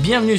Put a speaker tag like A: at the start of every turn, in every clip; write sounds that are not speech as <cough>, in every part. A: Bienvenue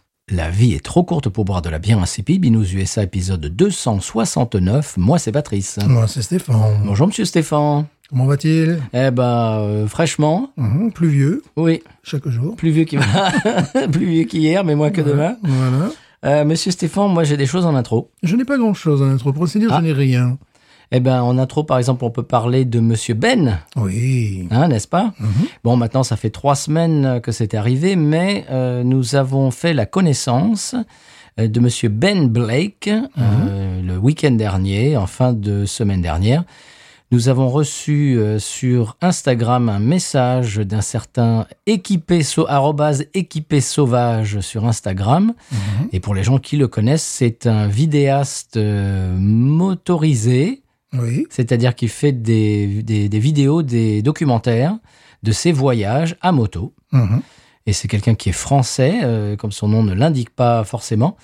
A: La vie est trop courte pour boire de la bière insipide. Binous USA épisode 269. Moi, c'est Patrice.
B: Moi, c'est Stéphane.
A: Bonjour, monsieur Stéphane.
B: Comment va-t-il
A: Eh ben, euh, fraîchement,
B: Mhm, Plus vieux,
A: oui,
B: chaque jour.
A: plus vieux qu'hier, <laughs> plus vieux qu'hier, mais moins que demain.
B: Voilà.
A: Euh, monsieur Stéphane, moi j'ai des choses en intro.
B: Je n'ai pas grand-chose à notre procédure,
A: Ah.
B: je n'ai rien.
A: Eh ben, en intro, par exemple, on peut parler de Monsieur Ben,
B: Oui.
A: hein, n'est-ce pas Bon, maintenant, ça fait trois semaines euh, que c'est arrivé, mais euh, nous avons fait la connaissance euh, de Monsieur Ben Blake euh, le week-end dernier, en fin de semaine dernière. Nous avons reçu euh, sur Instagram un message d'un certain équipé, sau- arrobase équipé sauvage sur Instagram.
B: Mhm.
A: Et pour les gens qui le connaissent, c'est un vidéaste euh, motorisé,
B: Oui.
A: c'est-à-dire qu'il fait des, des- des vidéos, des documentaires de ses voyages à moto.
B: Mhm.
A: Et c'est quelqu'un qui est français, euh, comme son nom ne l'indique pas forcément.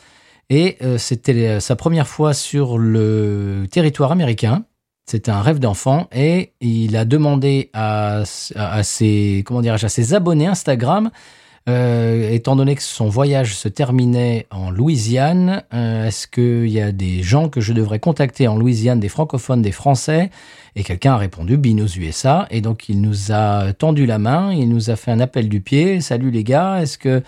A: Et euh, c'était euh, sa première fois sur le territoire américain. C'était un rêve d'enfant et il a demandé à, à ses comment dirais-je à ses abonnés Instagram, euh, étant donné que son voyage se terminait en Louisiane, euh, est-ce qu'il y a des gens que je devrais contacter en Louisiane, des francophones, des Français Et quelqu'un a répondu Binous USA et donc il nous a tendu la main, il nous a fait un appel du pied. Salut les gars, est-ce que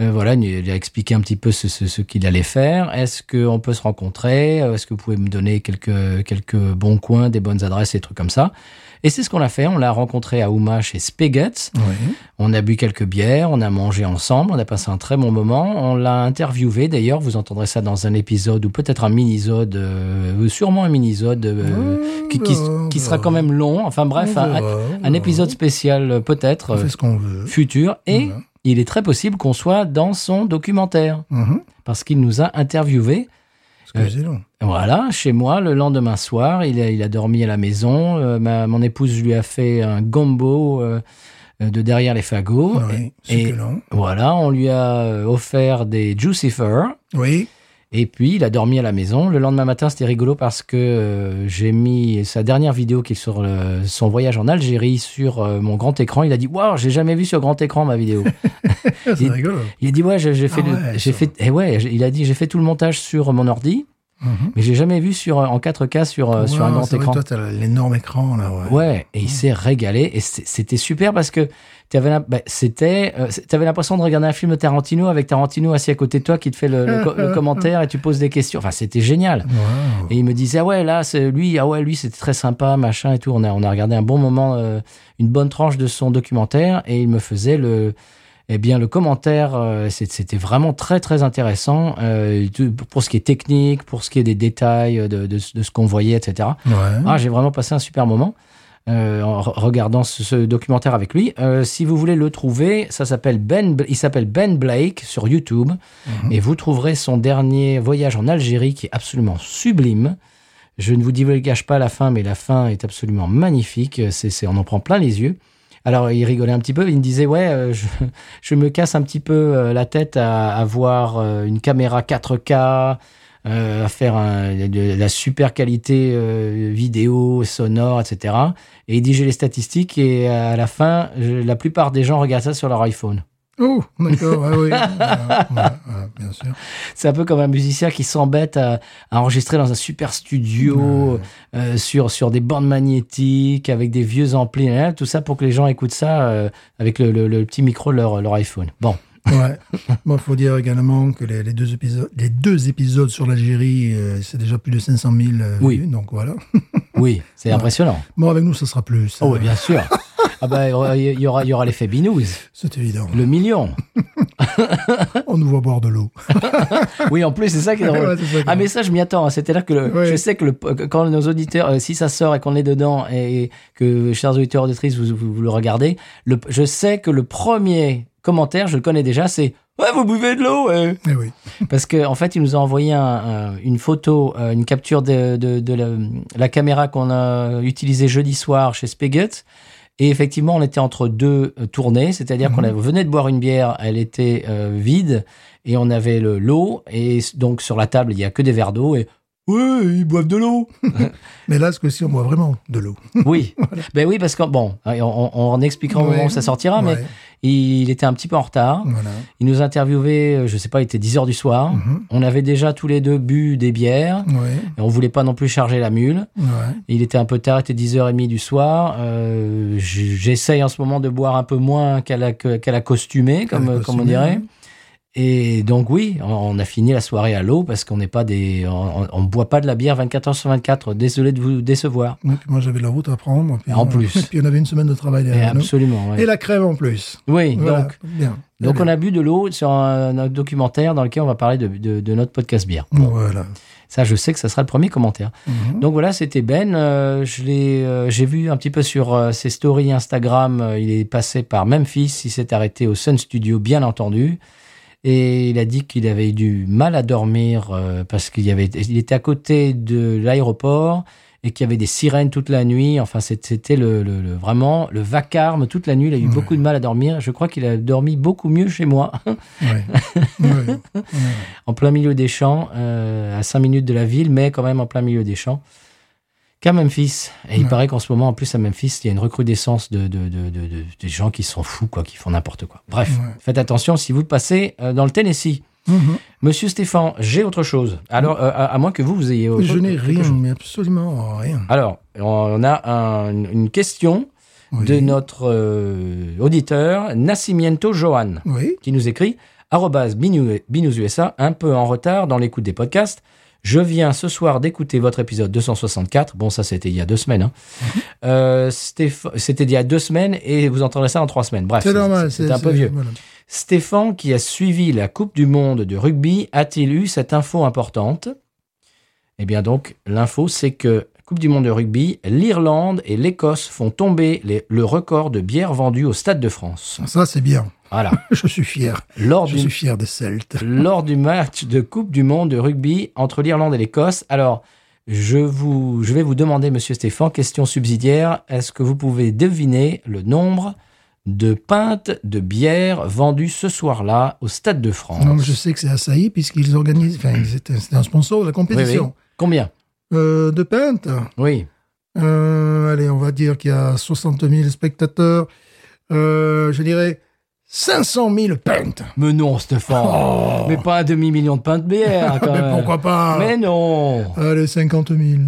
A: euh, voilà, il a expliqué un petit peu ce, ce- ce qu'il allait faire. Est-ce qu'on peut se rencontrer Euh, Est-ce que vous pouvez me donner quelques, quelques bons coins, des bonnes adresses, des trucs comme ça Et c'est ce qu'on a fait. On l'a rencontré à Houma chez Spigots.
B: Oui.
A: On a bu quelques bières, on a mangé ensemble, on a passé un très bon moment. On l'a interviewé d'ailleurs, vous entendrez ça dans un épisode ou peut-être un mini-isode, euh, sûrement un mini-isode euh, qui, qui-
B: On
A: qui
B: verra.
A: sera quand même long. Enfin bref,
B: On
A: un,
B: verra, on
A: un
B: verra.
A: épisode spécial euh, peut-être
B: On
A: euh,
B: fait ce qu'on veut.
A: futur. Et
B: Voilà.
A: il est très possible qu'on soit dans son documentaire
B: Mhm.
A: parce qu'il nous a interviewé. euh,
B: Excusez-le.
A: Voilà, chez moi, le lendemain soir, il a, il a dormi à la maison. Euh, ma, mon épouse lui a fait un gombo euh, de derrière les fagots.
B: Ah oui.
A: et-
B: Succulent.
A: Voilà, on lui a euh, offert des Jucifer.
B: Oui.
A: Et puis, il a dormi à la maison. Le lendemain matin, c'était rigolo parce que euh, j'ai mis sa dernière vidéo qui est sur le- son voyage en Algérie sur euh, mon grand écran. Il a dit Waouh, j'ai jamais vu sur grand écran ma
B: <laughs>
A: vidéo.
B: Ah, C'est
A: Et-
B: rigolo.
A: il a dit Ouais, j'ai j'ai fait,
B: Ah
A: le-
B: ouais,
A: j'ai
B: ça.
A: fait, eh ouais, j'ai- il a dit J'ai fait tout le montage sur mon ordi,
B: Mhm.
A: mais j'ai jamais vu sur, en 4K sur, euh, sur un
B: Wow,
A: grand
B: c'est vrai
A: écran.
B: que Toi, t'as l'énorme écran, là, ouais.
A: Ouais, et il s'est régalé et c'est- c'était super parce que t'avais la- bah, c'était euh, c'est- t'avais l'impression de regarder un film de Tarantino avec Tarantino assis à côté de toi qui te fait le,
B: <laughs>
A: le co- le commentaire et tu poses des questions. Enfin, c'était génial.
B: Wow.
A: Et il me disait ah ouais là c'est lui ah ouais lui c'était très sympa machin et tout. On a on a regardé un bon moment euh, une bonne tranche de son documentaire et il me faisait le eh bien, le commentaire, euh, c'est- c'était vraiment très très intéressant euh, tout- pour ce qui est technique, pour ce qui est des détails euh, de, de, ce- de ce qu'on voyait, etc.
B: Ouais.
A: Ah, j'ai vraiment passé un super moment euh, en re- regardant ce, ce documentaire avec lui. Euh, si vous voulez le trouver, ça s'appelle Ben. Bl- Il s'appelle Ben Blake sur YouTube et vous trouverez son dernier voyage en Algérie qui est absolument sublime. Je ne vous divulgage pas la fin, mais la fin est absolument magnifique. C'est, c'est- on en prend plein les yeux. Alors, il rigolait un petit peu. Il me disait, ouais, euh, je, <laughs> je me casse un petit peu euh, la tête à, à voir euh, une caméra 4K, euh, à faire un- de la super qualité euh, vidéo, sonore, etc. Et il dit, j'ai les statistiques et à la fin, je- la plupart des gens regardent ça sur leur iPhone.
B: Oh, d'accord, ah oui. <laughs> Ah, ouais, ouais, bien sûr.
A: C'est un peu comme un musicien qui s'embête à, à enregistrer dans un super studio, euh, sur, sur des bandes magnétiques, avec des vieux amplis, hein, tout ça pour que les gens écoutent ça euh, avec le, le- le petit micro de leur, leur iPhone. Bon,
B: Ouais. <laughs> Bon, faut dire également que les, les deux, épisodes, les deux épisodes sur l'Algérie, euh, c'est déjà plus de 500 000 euh,
A: Oui.
B: vues, donc voilà.
A: oui, c'est impressionnant.
B: Bon, avec nous, ça sera plus.
A: Oh, oui,
B: euh,
A: bien sûr. Ah bah, il y aura- il y aura, il y aura l'effet binous,
B: C'est évident.
A: le million.
B: On nous voit boire
A: <laughs>
B: de l'eau.
A: Oui, en plus, c'est
B: <laughs>
A: ça qui est drôle.
B: Ouais, c'est ça qui est
A: ah, mais
B: drôle.
A: ça, je m'y attends. hein. C'est-à-dire que le-
B: Ouais.
A: je sais que le, que quand nos auditeurs, euh, si ça sort et qu'on est dedans et que, chers auditeurs auditrices, vous, vous, vous le regardez, le- je sais que le premier commentaire, je le connais déjà, c'est Ouais, vous buvez de l'eau ouais.
B: Eh oui.
A: Parce qu'en en fait, il nous a envoyé un- un- une photo, euh, une capture de, de- de la, la caméra qu'on a utilisée jeudi soir chez Spigot. Et effectivement, on était entre deux euh, tournées, c'est-à-dire
B: Mhm.
A: qu'on avait- venait de boire une bière, elle était euh, vide, et on avait le- l'eau, et s- donc sur la table, il n'y a que des verres d'eau, et ouais, ils boivent de l'eau. <laughs>
B: Mais là, ce coup-ci, on boit vraiment de l'eau.
A: Oui, ben oui, parce que bon, on, on, on en expliquera au
B: Ouais.
A: moment où ça sortira, Ah, mais
B: Ouais, Mm.
A: il était un petit peu en retard.
B: Voilà.
A: Il nous interviewait, euh, je sais pas, il était 10 heures du soir.
B: Mhm.
A: On avait déjà tous les deux bu des bières.
B: Ouais,
A: Et on voulait pas non plus charger la mule.
B: ouais.
A: Il était un peu tard, il était 10h30 du soir. Euh, j- J'essaye en ce moment de boire un peu moins qu'à la, que- qu'à la costumée, comme,
B: la
A: comme on
B: costumée,
A: dirait.
B: ouais.
A: Et donc oui, on- on a fini la soirée à l'eau parce qu'on n'est pas des, on, on- on boit pas de la bière 24 h sur 24. Désolé de vous décevoir.
B: Ouais, puis moi, j'avais de la route à prendre. Puis,
A: Ah, En
B: euh,
A: plus.
B: <laughs> puis on avait une semaine de travail
A: Et
B: derrière nous.
A: absolument. ouais.
B: Et la crème en plus.
A: Oui,
B: Voilà.
A: donc.
B: Bien.
A: Donc on a bu de l'eau sur un, un documentaire dans lequel on va parler de, de- de notre podcast bière.
B: Voilà.
A: Ça, je sais que ça sera le premier commentaire.
B: Mhm.
A: Donc voilà, c'était Ben. Euh, je l'ai, euh, j'ai vu un petit peu sur euh, ses stories Instagram. Euh, il est passé par Memphis. Il s'est arrêté au Sun Studio, bien entendu. Et il a dit qu'il avait eu du mal à dormir euh, parce qu'il y avait, il était à côté de l'aéroport et qu'il y avait des sirènes toute la nuit. Enfin, c'est- c'était le, le- le- vraiment le vacarme toute la nuit. Il a eu
B: Ouais.
A: beaucoup de mal à dormir. Je crois qu'il a dormi beaucoup mieux chez moi, <laughs>
B: Ouais. Ouais. Ouais.
A: en plein milieu des champs, euh, à 5 minutes de la ville, mais quand même en plein milieu des champs, qu'à Memphis. Et il
B: Ouais.
A: paraît qu'en ce moment, en plus, à Memphis, il y a une recrudescence de, de, de- de- de- des gens qui sont fous, quoi, qui font n'importe quoi. Bref,
B: Ouais.
A: faites attention si vous passez euh, dans le Tennessee.
B: Mhm.
A: Monsieur Stéphane, j'ai autre chose. Alors, euh, à, à moins que vous, vous ayez autre
B: Je n'ai
A: quelque
B: rien,
A: chose.
B: mais absolument rien.
A: Alors, on a un- une question
B: Oui.
A: de notre euh, auditeur, Nascimiento Johan
B: Oui.
A: qui nous écrit arobase @binous binoususa un peu en retard dans l'écoute des podcasts. Je viens ce soir d'écouter votre épisode 264. Bon, ça, c'était il y a deux semaines.
B: <laughs>
A: hein. Euh, Stéph- c'était il y a deux semaines et vous entendrez ça en trois semaines. Bref,
B: C'est normal.
A: Ah, c'est un peu
B: c'est-
A: vieux.
B: voilà.
A: Stéphane, qui a suivi la Coupe du Monde de rugby, a-t-il eu cette info importante Eh bien donc, l'info, c'est que Coupe du Monde de rugby, l'Irlande et l'Écosse font tomber les- le record de bière vendue au Stade de France.
B: Ça, c'est bien. <laughs>
A: Voilà.
B: Je suis fier.
A: Lors
B: Je
A: d'une
B: suis fier des Celtes.
A: lors du match de Coupe du Monde de rugby entre l'Irlande et l'Écosse. Alors, je, vous, je vais vous demander, monsieur Stéphane, question subsidiaire, est-ce que vous pouvez deviner le nombre de pintes de bière vendues ce soir-là au Stade de France
B: Donc, je sais que c'est Assaï, puisqu'ils organisent. Enfin, c'est un, c'est un sponsor de la
A: Oui, oui.
B: compétition.
A: Combien
B: Euh, de peintes.
A: Oui.
B: Euh, allez, on va dire qu'il y a 60 000 spectateurs. Euh, je dirais 500 000 peintes.
A: Mais non, Stéphane.
B: Oh.
A: Mais pas un demi-million de pintes de bière, quand
B: Mais
A: même.
B: pourquoi pas
A: Ah, Mais non
B: Allez, 50 000.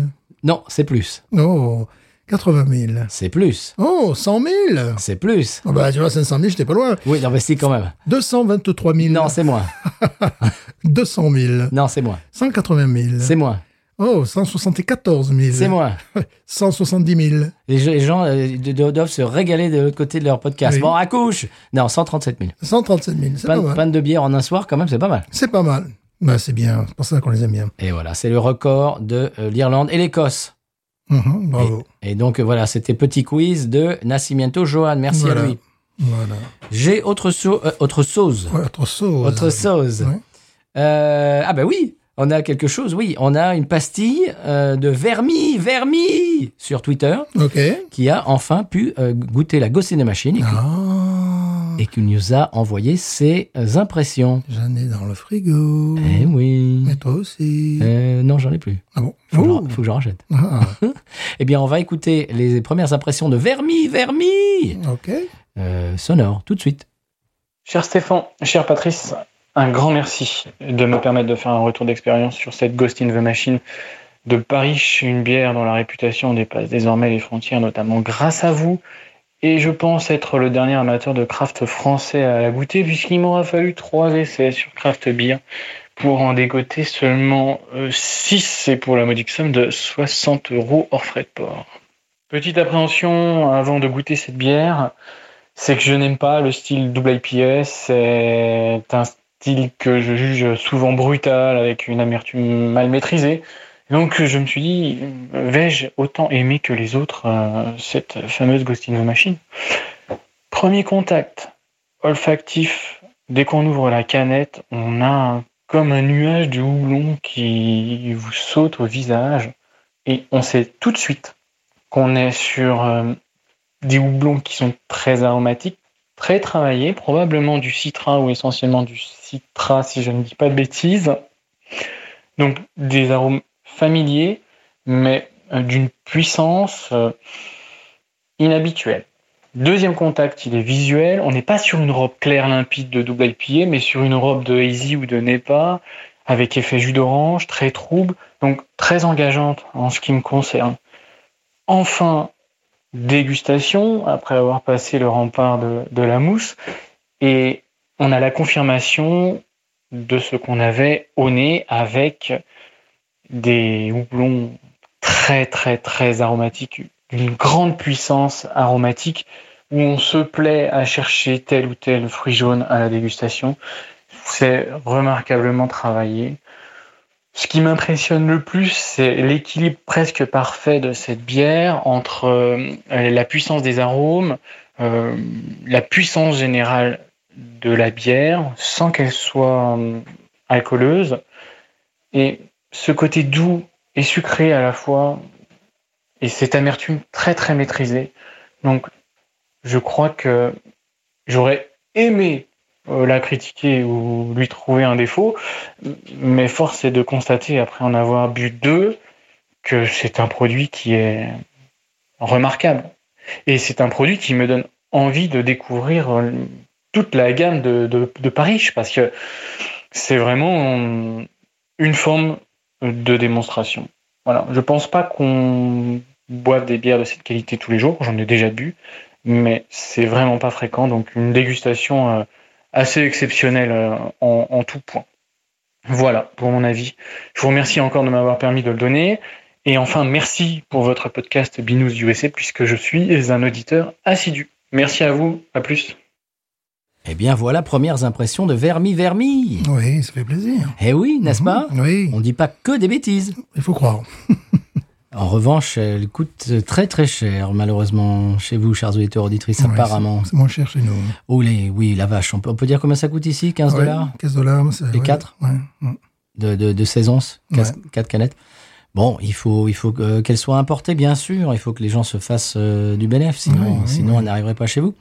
A: Non, c'est plus.
B: Oh, 80 000.
A: C'est plus.
B: Oh, 100 000.
A: C'est plus.
B: Ah bah, tu vois, 500 000, j'étais pas loin.
A: Oui, non, mais si, quand même.
B: 223 000.
A: Non, c'est moins.
B: 200 000.
A: Non, c'est moins.
B: 180
A: C'est
B: 000.
A: moins.
B: Oh, 174 000.
A: C'est moins.
B: 170 000.
A: Les gens- les gens euh, de- de- doivent se régaler de l'autre côté de leur podcast.
B: Oui.
A: Bon, à couche Non, 137 000.
B: 137 000. C'est pas
A: Pain,
B: mal.
A: pain de bière en un soir, quand même, c'est pas mal.
B: C'est pas mal. Bah, c'est bien. C'est pour ça qu'on les aime bien.
A: Et voilà, c'est le record de euh, l'Irlande et l'Écosse.
B: Mhm, bravo.
A: Et donc, euh, voilà, c'était petit quiz de Nascimento Johan. Merci à
B: Voilà.
A: lui.
B: Voilà.
A: J'ai autre, sau- euh, autre sauce.
B: Ouais, autre sauce.
A: Autre sauce.
B: Ouais.
A: Euh, ah ben oui, on a quelque chose, oui. On a une pastille euh, de vermi, vermi sur Twitter
B: Ok.
A: qui a enfin pu euh, goûter la Go Ciné Machine et qui-
B: Ah,
A: et qui nous a envoyé ses euh, impressions.
B: j'en ai dans le frigo.
A: Eh oui.
B: Et toi aussi.
A: Euh, non, j'en ai plus.
B: Ah bon
A: Faut, que j'en-
B: Ouh.
A: faut que j'en rachète.
B: Ah,
A: Eh bien, on va écouter les premières impressions de Vermi, Vermi
B: ok.
A: euh, Sonore, tout de suite.
C: Cher Stéphane, cher Patrice, un grand merci de me permettre de faire un retour d'expérience sur cette Ghost in the Machine de Paris, une bière dont la réputation dépasse désormais les frontières, notamment grâce à vous. Et je pense être le dernier amateur de craft français à la goûter, puisqu'il m'aura fallu trois essais sur craft beer pour en dégoter seulement 6 et pour la modique somme de 60 euros hors frais de port. Petite appréhension avant de goûter cette bière c'est que je n'aime pas le style double IPS. C'est un style que je juge souvent brutal, avec une amertume mal maîtrisée. Donc je me suis dit, vais-je autant aimer que les autres euh, cette fameuse Ghost in the Machine Premier contact, olfactif, dès qu'on ouvre la canette, on a un- comme un nuage de houblon qui vous saute au visage. Et on sait tout de suite qu'on est sur euh, des houblons qui sont très aromatiques, très travaillés, probablement du citra ou essentiellement du citra si je ne dis pas de bêtises. Donc des arômes familiers, mais euh, d'une puissance euh, inhabituelle. Deuxième contact, il est visuel. On n'est pas sur une robe claire limpide de double IPA, mais sur une robe de Hazy ou de Nepa, avec effet jus d'orange, très trouble, donc très engageante en ce qui me concerne. Enfin, dégustation, après avoir passé le rempart de, de la mousse, et on a la confirmation de ce qu'on avait au nez avec des houblons très très très aromatiques, d'une grande puissance aromatique où on se plaît à chercher tel ou tel fruit jaune à la dégustation. C'est remarquablement travaillé. Ce qui m'impressionne le plus, c'est l'équilibre presque parfait de cette bière entre euh, la puissance des arômes, euh, la puissance générale de la bière, sans qu'elle soit euh, alcooleuse, et ce côté doux et sucré à la fois, et cette amertume très très maîtrisée. Donc, je crois que j'aurais aimé euh, la critiquer ou lui trouver un défaut, mais force est de constater, après en avoir bu deux, que c'est un produit qui est remarquable. Et c'est un produit qui me donne envie de découvrir euh, toute la gamme de, de, de Paris, parce que c'est vraiment euh, une forme de démonstration. Voilà, je pense pas qu'on boive des bières de cette qualité tous les jours, j'en ai déjà bu, mais c'est vraiment pas fréquent, donc une dégustation euh, assez exceptionnelle euh, en, en tout point. Voilà pour mon avis. Je vous remercie encore de m'avoir permis de le donner. Et enfin, merci pour votre podcast Binous USA, puisque je suis un auditeur assidu. Merci à vous, à plus.
A: Eh bien voilà, premières impressions de Vermi Vermi.
B: Oui, ça fait plaisir. Mhm.
A: Eh oui, n'est-ce
B: Mmh.
A: pas
B: Oui,
A: On ne dit pas que des bêtises.
B: il faut croire.
A: En revanche, elle coûte très très cher, malheureusement, chez vous, chers auditeurs, auditrices,
B: Ouais,
A: apparemment.
B: C'est moins cher chez nous.
A: Oh les, oui, la vache, on peut, on peut dire combien ça coûte ici 15
B: Ouais,
A: dollars
B: 15 dollars. c'est-
A: Et
B: ouais,
A: quatre
B: ouais, Mhm. ouais.
A: de, de, de 16 onces, 4 canettes. Bon, il faut, il faut que- euh, qu'elles soient importées, bien sûr. Il faut que les gens se fassent euh, du bénéfice, sinon,
B: Oui, oui,
A: sinon on n'arriverait pas chez vous.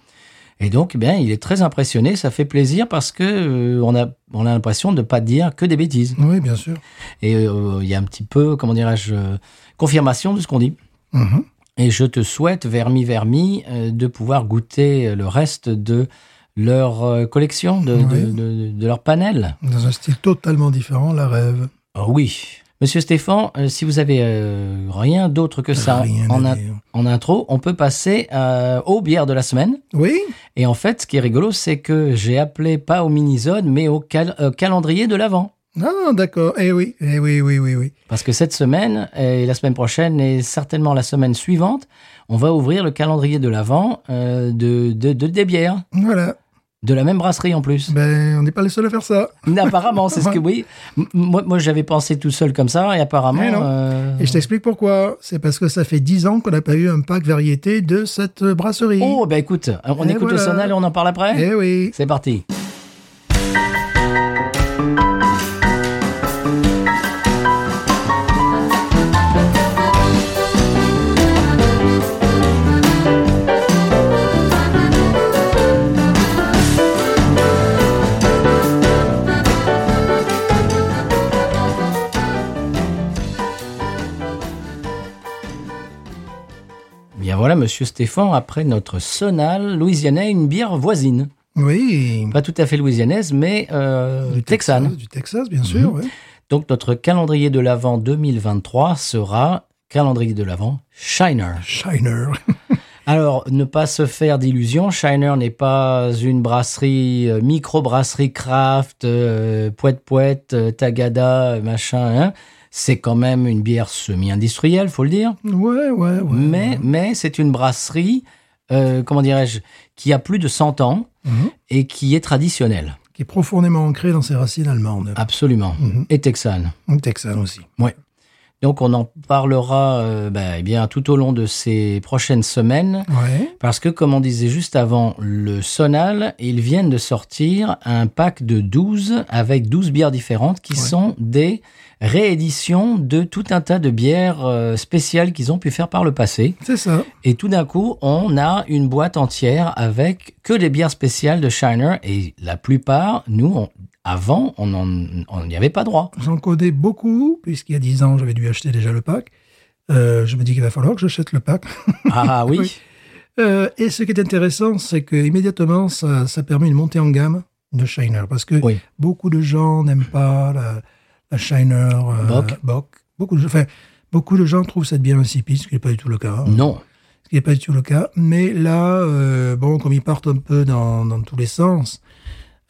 A: Et donc, eh bien, il est très impressionné. Ça fait plaisir parce que euh, on a, on a l'impression de ne pas dire que des bêtises.
B: Oui, bien sûr.
A: Et euh, il y a un petit peu, comment dirais-je, euh, confirmation de ce qu'on dit.
B: Mhm.
A: Et je te souhaite, Vermi Vermi, euh, de pouvoir goûter le reste de leur euh, collection, de, de-
B: Oui.
A: de- de leur panel.
B: Dans un style totalement différent, la rêve.
A: Ah oui. Monsieur Stéphane, euh, si vous avez euh, rien d'autre que ça
B: Rien
A: en,
B: à
A: in-
B: dire.
A: en intro, on peut passer euh, aux bières de la semaine.
B: Oui,
A: Et en fait, ce qui est rigolo, c'est que j'ai appelé pas au mini-zone, mais au cal- euh, calendrier de l'avant.
B: ah, d'accord. Eh oui, eh oui, oui, oui, oui.
A: Parce que cette semaine et la semaine prochaine et certainement la semaine suivante, on va ouvrir le calendrier de l'avant de, de, de- des bières
B: Voilà.
A: de la même brasserie en plus.
B: <laughs> Ben, on n'est pas les seuls à faire ça.
A: apparemment, c'est ce que oui. M- moi, moi j'avais pensé tout seul comme ça et apparemment.
B: Eh non.
A: euh,
B: Et je t'explique pourquoi. C'est parce que ça fait 10 ans qu'on n'a pas eu un pack variété de cette euh, brasserie.
A: Oh, bah écoute, on
B: Et
A: écoute le
B: Eh voilà.
A: sonal et on en parle après
B: Eh oui.
A: C'est parti. Bien voilà, monsieur Stéphane, après notre sonal louisianais, une bière voisine.
B: Oui.
A: Pas tout à fait louisianaise, mais euh, Mhm. texane.
B: Du Texas, bien sûr. ouais.
A: Donc notre calendrier de l'Avent 2023 sera calendrier de l'Avent Shiner.
B: Shiner. <laughs>
A: Alors, ne pas se faire d'illusions, Shiner n'est pas une brasserie, euh, micro-brasserie craft, euh, poète-poète, euh, tagada, machin. hein. C'est quand même une bière semi-industrielle, faut le dire.
B: ouais, ouais, ouais.
A: mais mais c'est une brasserie, euh, comment dirais-je, qui a plus de 100 ans
B: Mhm.
A: et qui est traditionnelle.
B: Qui est profondément ancré dans ses racines allemandes.
A: Absolument.
B: Mhm.
A: Et Ah. texane.
B: En Texane aussi.
A: Donc on en parlera euh, bah, eh bien, tout au long de ces prochaines semaines,
B: Ouais.
A: parce que comme on disait juste avant, le Sonal, ils viennent de sortir un pack de 12 avec 12 bières différentes qui
B: Ouais.
A: sont des rééditions de tout un tas de bières euh, spéciales qu'ils ont pu faire par le passé.
B: C'est ça.
A: Et tout d'un coup, on a une boîte entière avec que des bières spéciales de Shiner. Et la plupart, nous, on- avant, on en- on n'y avait pas droit.
B: J'en connais beaucoup, puisqu'il y a 10 ans, j'avais dû acheter déjà le pack. Euh, je me dis qu'il va falloir que j'achète le pack.
A: <laughs> Ah oui,
B: Oui. Euh, et ce qui est intéressant, c'est que immédiatement, ça, ça permet une montée en gamme de Shiner. Parce que
A: Oui.
B: beaucoup de gens n'aiment pas la, la Shiner euh,
A: Bock.
B: Beaucoup de, enfin, beaucoup de gens trouvent cette bière insipide, ce qui n'est pas du tout le cas.
A: non.
B: Ce qui n'est pas du tout le cas. Mais là, euh, bon, comme ils partent un peu dans, dans tous les sens,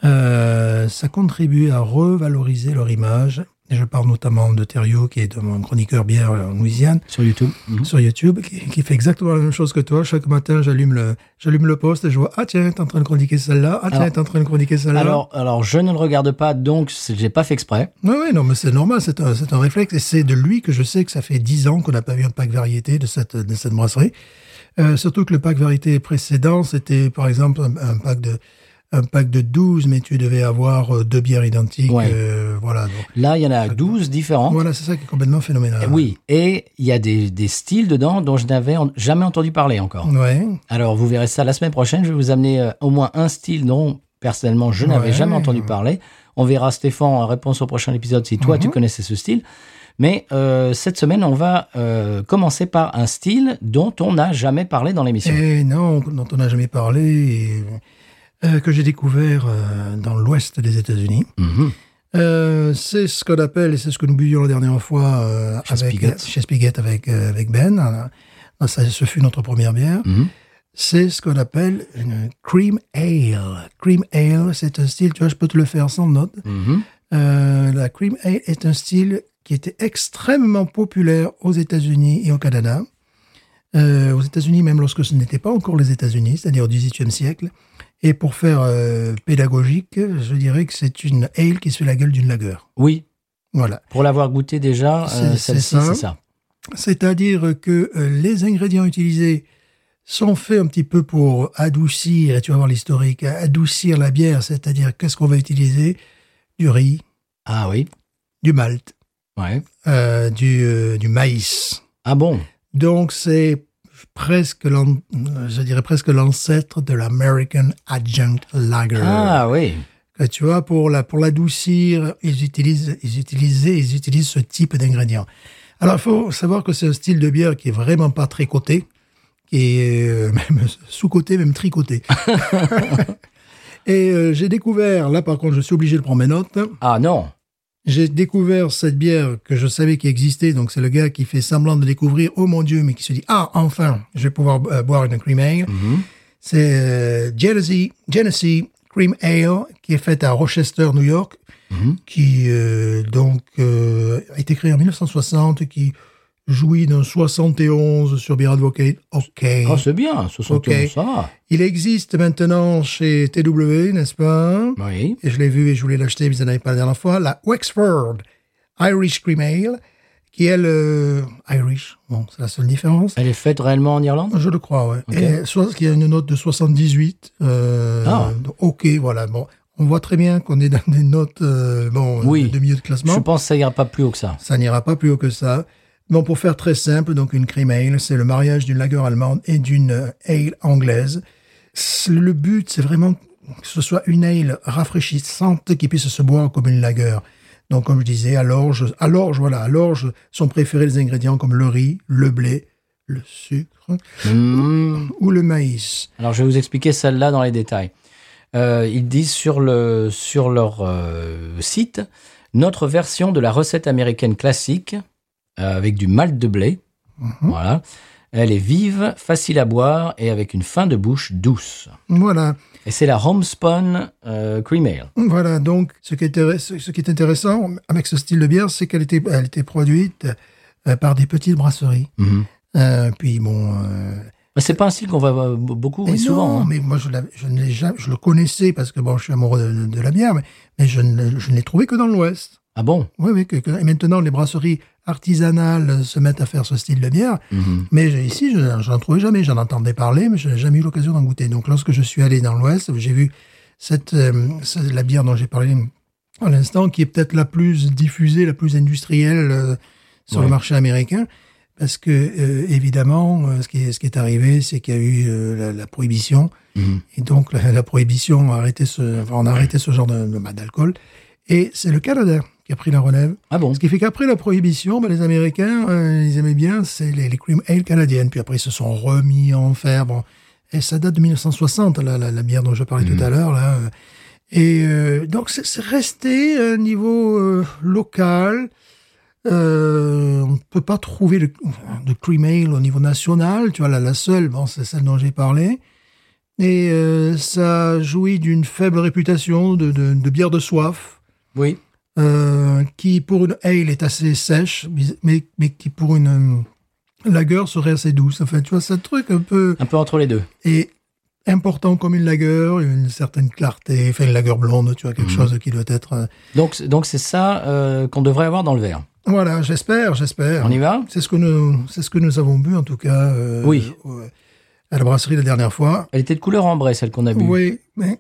B: euh, ça contribue à revaloriser leur image. Et je parle notamment de Thériault, qui est de mon chroniqueur bière en Louisiane
A: Sur YouTube. Mhm.
B: sur YouTube qui, qui fait exactement la même chose que toi. Chaque matin, j'allume le, j'allume le poste et je vois Ah tiens, t'es en train de chroniquer celle-là. Ah tiens,
A: Alors-
B: t'es en train de chroniquer celle-là.
A: Alors, alors, je ne le regarde pas, donc c'est- j'ai pas fait exprès.
B: Oui, oui, non, mais c'est normal, c'est un, c'est un réflexe. Et c'est de lui que je sais que ça fait 10 ans qu'on n'a pas eu un pack variété de cette, de cette brasserie. Euh, surtout que le pack variété précédent, c'était par exemple un, un pack de. Un pack de 12, mais tu devais avoir euh, deux bières identiques.
A: Ouais.
B: euh, voilà. donc.
A: Là, il y en a 12 différentes.
B: voilà, c'est ça qui est complètement phénoménal.
A: Eh Oui, et il y a des, des styles dedans dont je n'avais en- jamais entendu parler encore.
B: Ouais.
A: Alors, vous verrez ça la semaine prochaine. Je vais vous amener euh, au moins un style dont, personnellement, je n'avais
B: Ouais.
A: jamais entendu parler. On verra, Stéphane, en réponse au prochain épisode, si toi, tu
B: Mhm.
A: connaissais ce style. Mais euh, cette semaine, on va euh, commencer par un style dont on n'a jamais parlé dans l'émission.
B: Et non, dont on n'a jamais parlé, et, euh, que j'ai découvert euh, dans l'ouest des États-Unis.
A: Mhm.
B: Euh, c'est ce qu'on appelle, et c'est ce que nous buvions la dernière fois euh,
A: Chez
B: avec,
A: Spigot.
B: chez Spigot avec, euh, avec Ben. Euh, ça, ce fut notre première bière.
A: Mhm.
B: C'est ce qu'on appelle une cream ale. Cream ale, c'est un style, tu vois, je peux te le faire sans note.
A: Mhm.
B: Euh, la cream ale est un style qui était extrêmement populaire aux États-Unis et au Canada. Euh, aux États-Unis, même lorsque ce n'était pas encore les États-Unis, c'est-à-dire au XVIIIe siècle. Et pour faire euh, pédagogique, je dirais que c'est une ale qui se fait la gueule d'une lagueur.
A: Oui,
B: Voilà.
A: pour l'avoir goûté déjà,
B: C'est-
A: euh,
B: c'est
A: celle-ci,
B: ça.
A: c'est ça.
B: C'est-à-dire que euh, les ingrédients utilisés sont faits un petit peu pour adoucir, et tu vas voir l'historique, adoucir la bière, c'est-à-dire qu'est-ce qu'on va utiliser Du riz,
A: Ah oui,
B: du malt,
A: ouais.
B: euh, du, euh, du maïs.
A: Ah bon
B: Donc c'est presque l'an- je dirais presque l'ancêtre de l'American Adjunct Lager.
A: Ah oui.
B: Que tu vois pour la pour l'adoucir, ils utilisent ils utilisaient ils utilisent ce type d'ingrédients. Alors il faut savoir que c'est un style de bière qui est vraiment pas très coté, qui est euh, <laughs> même sous-coté, même tricoté. Et euh, j'ai découvert là par contre, je suis obligé de prendre mes notes.
A: Ah non.
B: J'ai découvert cette bière que je savais qui existait, donc c'est le gars qui fait semblant de découvrir, oh mon dieu, mais qui se dit, ah, enfin, je vais pouvoir euh, boire une cream ale.
A: Mm-hmm.
B: C'est euh, Genesee, Genesee Cream Ale, qui est faite à Rochester, New York,
A: Mhm.
B: qui euh, donc euh, a été créée en 1960, qui jouit d'un 71 sur Beer Advocate. OK.
A: Ah c'est bien, ce sont
B: Ok.
A: tous ça va.
B: Il existe maintenant chez TW, n'est-ce pas
A: Oui.
B: et je l'ai vu et je voulais l'acheter, mais je n'en avais pas la dernière fois, la Wexford Irish Cream Ale, qui est le Irish, bon, c'est la seule différence.
A: Elle est faite réellement en Irlande
B: Je le crois, ouais.
A: Ok.
B: Et soit qu'il y a une note de 78. euh,
A: Ah.
B: donc, Ok, voilà. Bon, on voit très bien qu'on est dans des notes, euh, bon,
A: Oui.
B: de milieu de classement.
A: Je pense que ça ira pas plus haut que ça.
B: Ça n'ira pas plus haut que ça. Bon, pour faire très simple, donc une cream ale, c'est le mariage d'une lager allemande et d'une euh, ale anglaise. C'est- Le but, c'est vraiment que ce soit une ale rafraîchissante qui puisse se boire comme une lager. Donc, comme je disais, à l'orge, à l'orge, voilà, à l'orge sont préférés les ingrédients comme le riz, le blé, le sucre
A: Mhm.
B: ou le maïs.
A: Alors je vais vous expliquer celle-là dans les détails. Euh, ils disent sur, le, sur leur euh, site notre version de la recette américaine classique euh, avec du malt de blé.
B: Mhm.
A: Voilà. Elle est vive, facile à boire et avec une fin de bouche douce.
B: Voilà.
A: Et c'est la Homespun euh, Cream Ale.
B: Voilà, donc ce qui est, intéress- ce qui est intéressant avec ce style de bière, c'est qu'elle était, elle était produite euh, par des petites brasseries. Euh, puis bon, euh,
A: Mais Bah, C'est pas un style qu'on va voir b- beaucoup, mais
B: mais
A: souvent.
B: non,
A: hein.
B: mais moi je, l'avais- je ne l'ai jamais, je le connaissais parce que bon, je suis amoureux de, de la bière, mais, mais je ne, l'ai- je ne l'ai trouvé que dans l'Ouest.
A: Ah bon
B: Oui, oui. que- que- et maintenant, les brasseries artisanales se mettent à faire ce style de bière.
A: Mhm.
B: Mais j'ai- ici, je je n'en trouvais jamais. J'en entendais parler, mais je n'ai jamais eu l'occasion d'en goûter. Donc, lorsque je suis allé dans l'Ouest, j'ai vu cette, euh, ce- la bière dont j'ai parlé à l'instant, qui est peut-être la plus diffusée, la plus industrielle euh, sur
A: Ouais.
B: le marché américain. Parce que, euh, évidemment, euh, ce qui est, ce qui est arrivé, c'est qu'il y a eu euh, la, la prohibition.
A: Mhm.
B: Et donc, la, la prohibition a arrêté ce, enfin, on a arrêté ce genre de- de- bah, d'alcool. Et c'est le Canada qui a pris la relève.
A: Ah bon
B: Ce qui fait qu'après la prohibition, ben, les Américains, euh, ils aimaient bien c'est les, les cream ale canadiennes. Puis après, ils se sont remis en fer. Bon, et ça date de 1960, la, la, la bière dont je parlais tout à l'heure. là. Et euh, donc, c'est c'est resté un niveau euh, local. Euh, on ne peut pas trouver de, de cream ale au niveau national. Tu vois, la, la seule, bon, c'est celle dont j'ai parlé. Et euh, ça jouit d'une faible réputation de, de, de bière de soif
A: Oui.
B: euh, qui pour une ale est assez sèche, mais, mais qui pour une euh, lager serait assez douce. Enfin, tu vois, c'est un truc un peu
A: Un peu entre les deux.
B: et important comme une lager, une certaine clarté, enfin une lager blonde, tu vois,
A: Mhm.
B: quelque chose qui doit être. euh,
A: Donc, c'est- donc c'est ça euh, qu'on devrait avoir dans le verre.
B: Voilà, j'espère, j'espère.
A: On y va
B: C'est ce que nous, c'est ce que nous avons bu en tout cas. euh,
A: Oui.
B: au- à la brasserie la dernière fois.
A: Elle était de couleur ambrée, celle qu'on a bu.
B: Oui, mais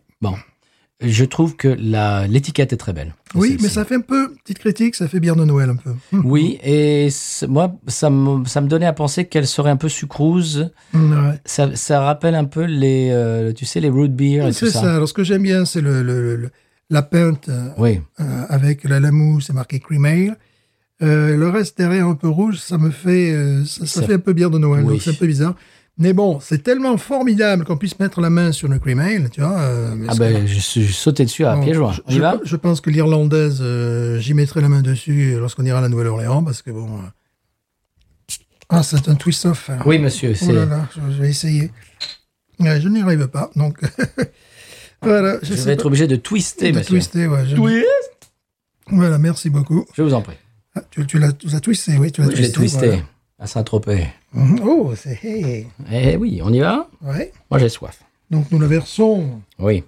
A: Je trouve que la- l'étiquette est très belle.
B: oui,
A: Celle-ci.
B: mais ça fait un peu petite critique, ça fait bière de Noël un peu. Hum.
A: Oui, et c- moi, ça me, ça me donnait à penser qu'elle serait un peu sucrose.
B: Hum, ouais.
A: Ça, ça rappelle un peu les, euh, tu sais, les root beer et tout
B: C'est ça.
A: ça.
B: Alors ce que j'aime bien, c'est le, le- le- la peinte euh,
A: Oui,
B: euh, avec la lamou, c'est marqué cream ale. Euh, le reste derrière un peu rouge, ça me fait, euh, ça, ça
A: Ça-
B: fait un peu bière de Noël,
A: Oui.
B: donc c'est un peu bizarre. Mais bon, c'est tellement formidable qu'on puisse mettre la main sur le cream ale, tu vois. euh,
A: ah
B: parce que-
A: ben, je suis sauté dessus à
B: bon,
A: pieds joints.
B: je,
A: On y va
B: je- je pense que l'irlandaise, euh, j'y mettrai la main dessus lorsqu'on ira à la Nouvelle-Orléans, parce que bon. euh, Ah, c'est un twist off. hein.
A: Oui, monsieur,
B: Oh
A: c'est...
B: là là, je, je vais essayer. Ouais, je n'y arrive pas, donc. <laughs> voilà,
A: je
B: sais
A: vais être
B: pas-
A: obligé de twister,
B: de
A: Eh, monsieur.
B: twister, ouais, je-
A: Twist
B: Voilà, merci beaucoup.
A: Je vous en prie.
B: Ah, tu tu l'as tu l'as twisté, oui, tu l'as
A: Je l'ai twisté
B: voilà.
A: à Saint-Tropez.
B: Mhm. Oh, c'est. hey.
A: Eh oui, on y va
B: Ouais.
A: Moi, j'ai soif.
B: Donc nous la versons.
A: Oui.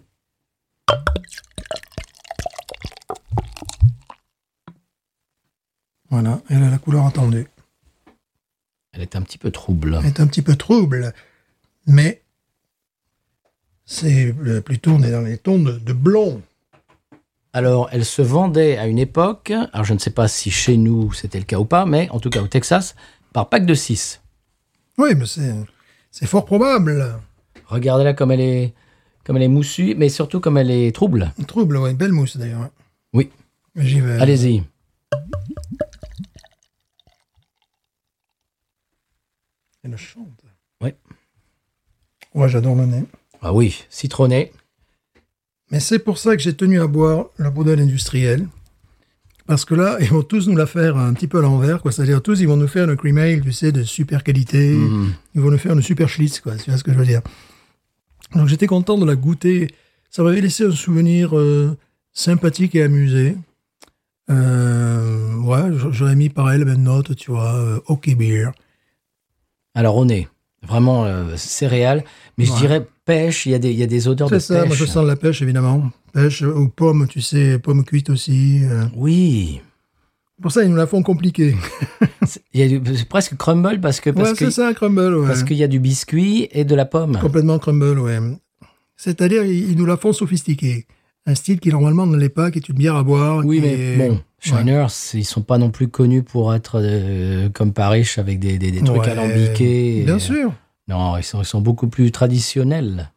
B: Voilà, elle a la couleur attendue.
A: Elle est un petit peu trouble.
B: Elle est un petit peu trouble, mais c'est euh, plutôt on est dans les tons de, de blond.
A: Alors, elle se vendait à une époque, alors je ne sais pas si chez nous c'était le cas ou pas, mais en tout cas au Texas, par pack de 6.
B: Oui, mais c'est c'est fort probable.
A: Regardez-la comme elle est comme elle est moussue, mais surtout comme elle est trouble.
B: Trouble, ouais, belle mousse d'ailleurs. hein.
A: Oui.
B: J'y vais.
A: Allez-y.
B: Elle chante.
A: Ouais.
B: Ouais, j'adore le nez.
A: Ah oui, citronnée.
B: Mais c'est pour ça que j'ai tenu à boire la Boudelle industrielle. Parce que là, ils vont tous nous la faire un petit peu à l'envers, quoi. C'est-à-dire, tous, ils vont nous faire une cream ale, tu sais, de super qualité.
A: Mhm.
B: Ils vont nous faire une super schlitz, quoi. Tu vois ce que je veux dire. Donc, j'étais content de la goûter. Ça m'avait laissé un souvenir euh, sympathique et amusé. Euh, ouais, j- j'aurais mis pareil la même note, tu vois. euh, OK beer.
A: Alors au nez, vraiment euh, céréales, mais je
B: Ouais.
A: dirais pêche, il y a des, il y a des odeurs de
B: C'est ça,
A: pêche.
B: moi, je sens la pêche, évidemment. Pêche euh, ou pomme, tu sais, pomme cuite aussi. euh.
A: Oui,
B: Pour ça, ils nous la font compliquée.
A: C'est- il y a du- c'est presque crumble parce que parce
B: ouais,
A: que
B: c'est ça, crumble, ouais.
A: parce qu'il y a du biscuit et de la pomme.
B: Complètement crumble, ouais. C'est-à-dire, ils ils nous la font sophistiquée. Un style qui, normalement, ne l'est pas, qui est une bière à boire.
A: Oui,
B: qui
A: mais
B: est-
A: bon, Shiners, ils sont pas non plus connus pour être euh, comme Parish avec des, des- des trucs
B: Ouais,
A: alambiqués. euh.
B: Bien sûr.
A: Non, ils sont, ils sont beaucoup plus traditionnels.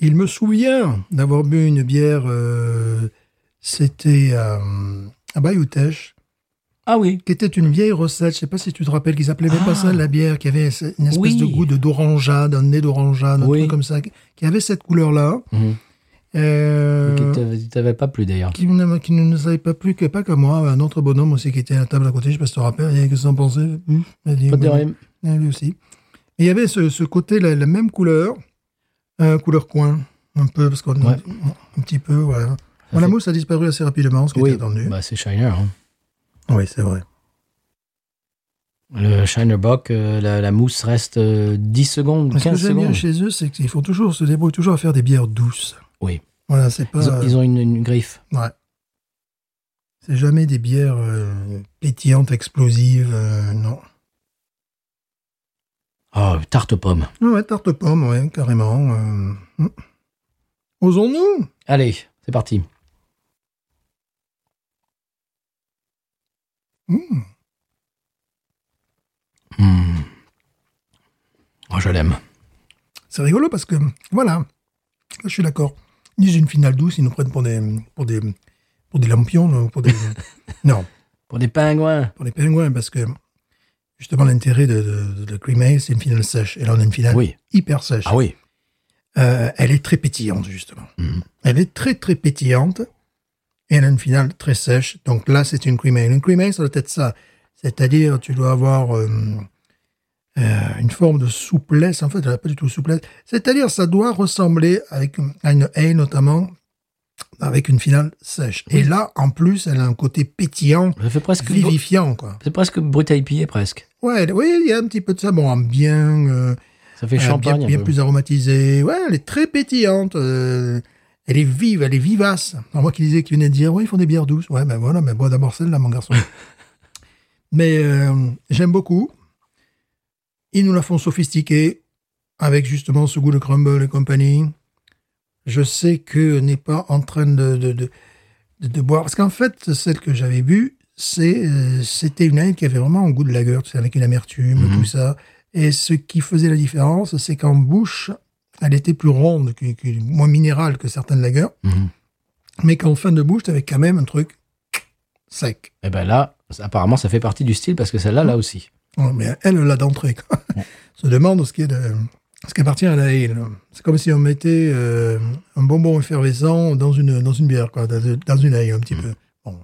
B: Il me souvient d'avoir bu une bière, euh, c'était à, à Bayoutech,
A: Ah oui,
B: qui était une vieille recette, je sais pas si tu te rappelles, qu'ils appelaient même
A: Ah.
B: pas ça la bière, qui avait ce- une espèce
A: Oui.
B: de goût de d'orangeade, un nez d'orangeade, un
A: Oui.
B: truc comme ça, qui qui avait cette couleur-là.
A: Mhm.
B: Euh,
A: qui t'avait- qui t'avait pas plu d'ailleurs.
B: qui ne, qui ne nous avait pas plu que pas que moi, un autre bonhomme aussi qui était à la table à côté, je sais pas si tu te rappelles, il y avait que ça en pensait, Hum, il a dit,
A: Hmm. Pas de
B: bon,
A: problème.
B: euh, lui aussi. Et il y avait ce, ce côté, la, la même couleur, euh, couleur coin, un peu, parce qu'on
A: Ouais.
B: un petit peu, voilà. Bon, la
A: fait-
B: mousse a disparu assez rapidement, ce qui
A: Oui,
B: était attendu.
A: bah, c'est Shiner. hein.
B: Oui, c'est vrai.
A: Le Shiner Bock, euh, la, la mousse reste euh, 10 secondes,
B: Mais Ce que
A: 15
B: j'aime
A: secondes.
B: bien chez eux, c'est qu'ils font toujours, se débrouillent toujours à faire des bières douces.
A: Oui.
B: Voilà, c'est pas.
A: Ils ont, ils ont une, une griffe.
B: Ouais. C'est jamais des bières euh, pétillantes, explosives, euh, non.
A: Oh, tarte aux pommes.
B: Ouais, tarte aux pommes, ouais, carrément. euh, hmm. Osons-nous
A: Allez, c'est parti.
B: Hmm.
A: Hmm. Oh, je l'aime.
B: C'est rigolo parce que, voilà, je suis d'accord. Ils disent une finale douce, ils nous prennent pour des, pour des, pour des lampions, non,
A: <laughs>
B: pour des... non,
A: Pour des pingouins.
B: pour des pingouins, parce que, justement, l'intérêt de, de, de Cream Ale, c'est une finale sèche. Et là, on a une finale
A: Oui.
B: hyper sèche.
A: Ah oui.
B: Euh, elle est très pétillante, justement.
A: Mhm.
B: Elle est très, très pétillante. Et elle a une finale très sèche. Donc là, c'est une cream ale. Une cream ale, ça doit être ça. C'est-à-dire, tu dois avoir euh, euh, une forme de souplesse. En fait, elle n'a pas du tout de souplesse. C'est-à-dire, ça doit ressembler avec, à une ale, notamment, avec une finale sèche. Et là, en plus, elle a un côté pétillant,
A: Ça fait presque.
B: vivifiant, quoi.
A: C'est presque brut à épier, presque.
B: Ouais, elle- oui, il y a un petit peu de ça. Bon, en bien... euh,
A: Ça fait
B: euh,
A: champagne.
B: Bien,
A: un
B: bien
A: peu.
B: plus aromatisée. Ouais, elle est très pétillante. euh, elle est vive, elle est vivace. Alors moi qui disais, qui venait de dire, ouais, ils font des bières douces. Ouais, ben voilà, mais bois d'abord celle-là,
A: <laughs>
B: mon garçon. mais euh, j'aime beaucoup. Ils nous la font sophistiquée, avec justement ce goût de crumble et compagnie. Je sais que n'est pas en train de, de, de, de- de boire. Parce qu'en fait, celle que j'avais bu, c'est, euh, c'était une ale qui avait vraiment un goût de lager, tu sais, avec une amertume,
A: Mhm.
B: tout ça. Et ce qui faisait la différence, c'est qu'en bouche, elle était plus ronde, que- que- moins minérale que certaines lagers,
A: Mhm.
B: mais qu'en fin de bouche, tu avais quand même un truc sec.
A: Et ben là, ça- apparemment, ça fait partie du style parce que celle-là,
B: Mmh.
A: là aussi.
B: Ouais, Oh, mais elle, là d'entrée, quoi. se demande ce qui est de- ce qui appartient à la ale. C'est comme si on mettait euh, un bonbon effervescent dans une, dans une bière, quoi, dans, dans une ale, un petit
A: Mm.
B: peu. Bon,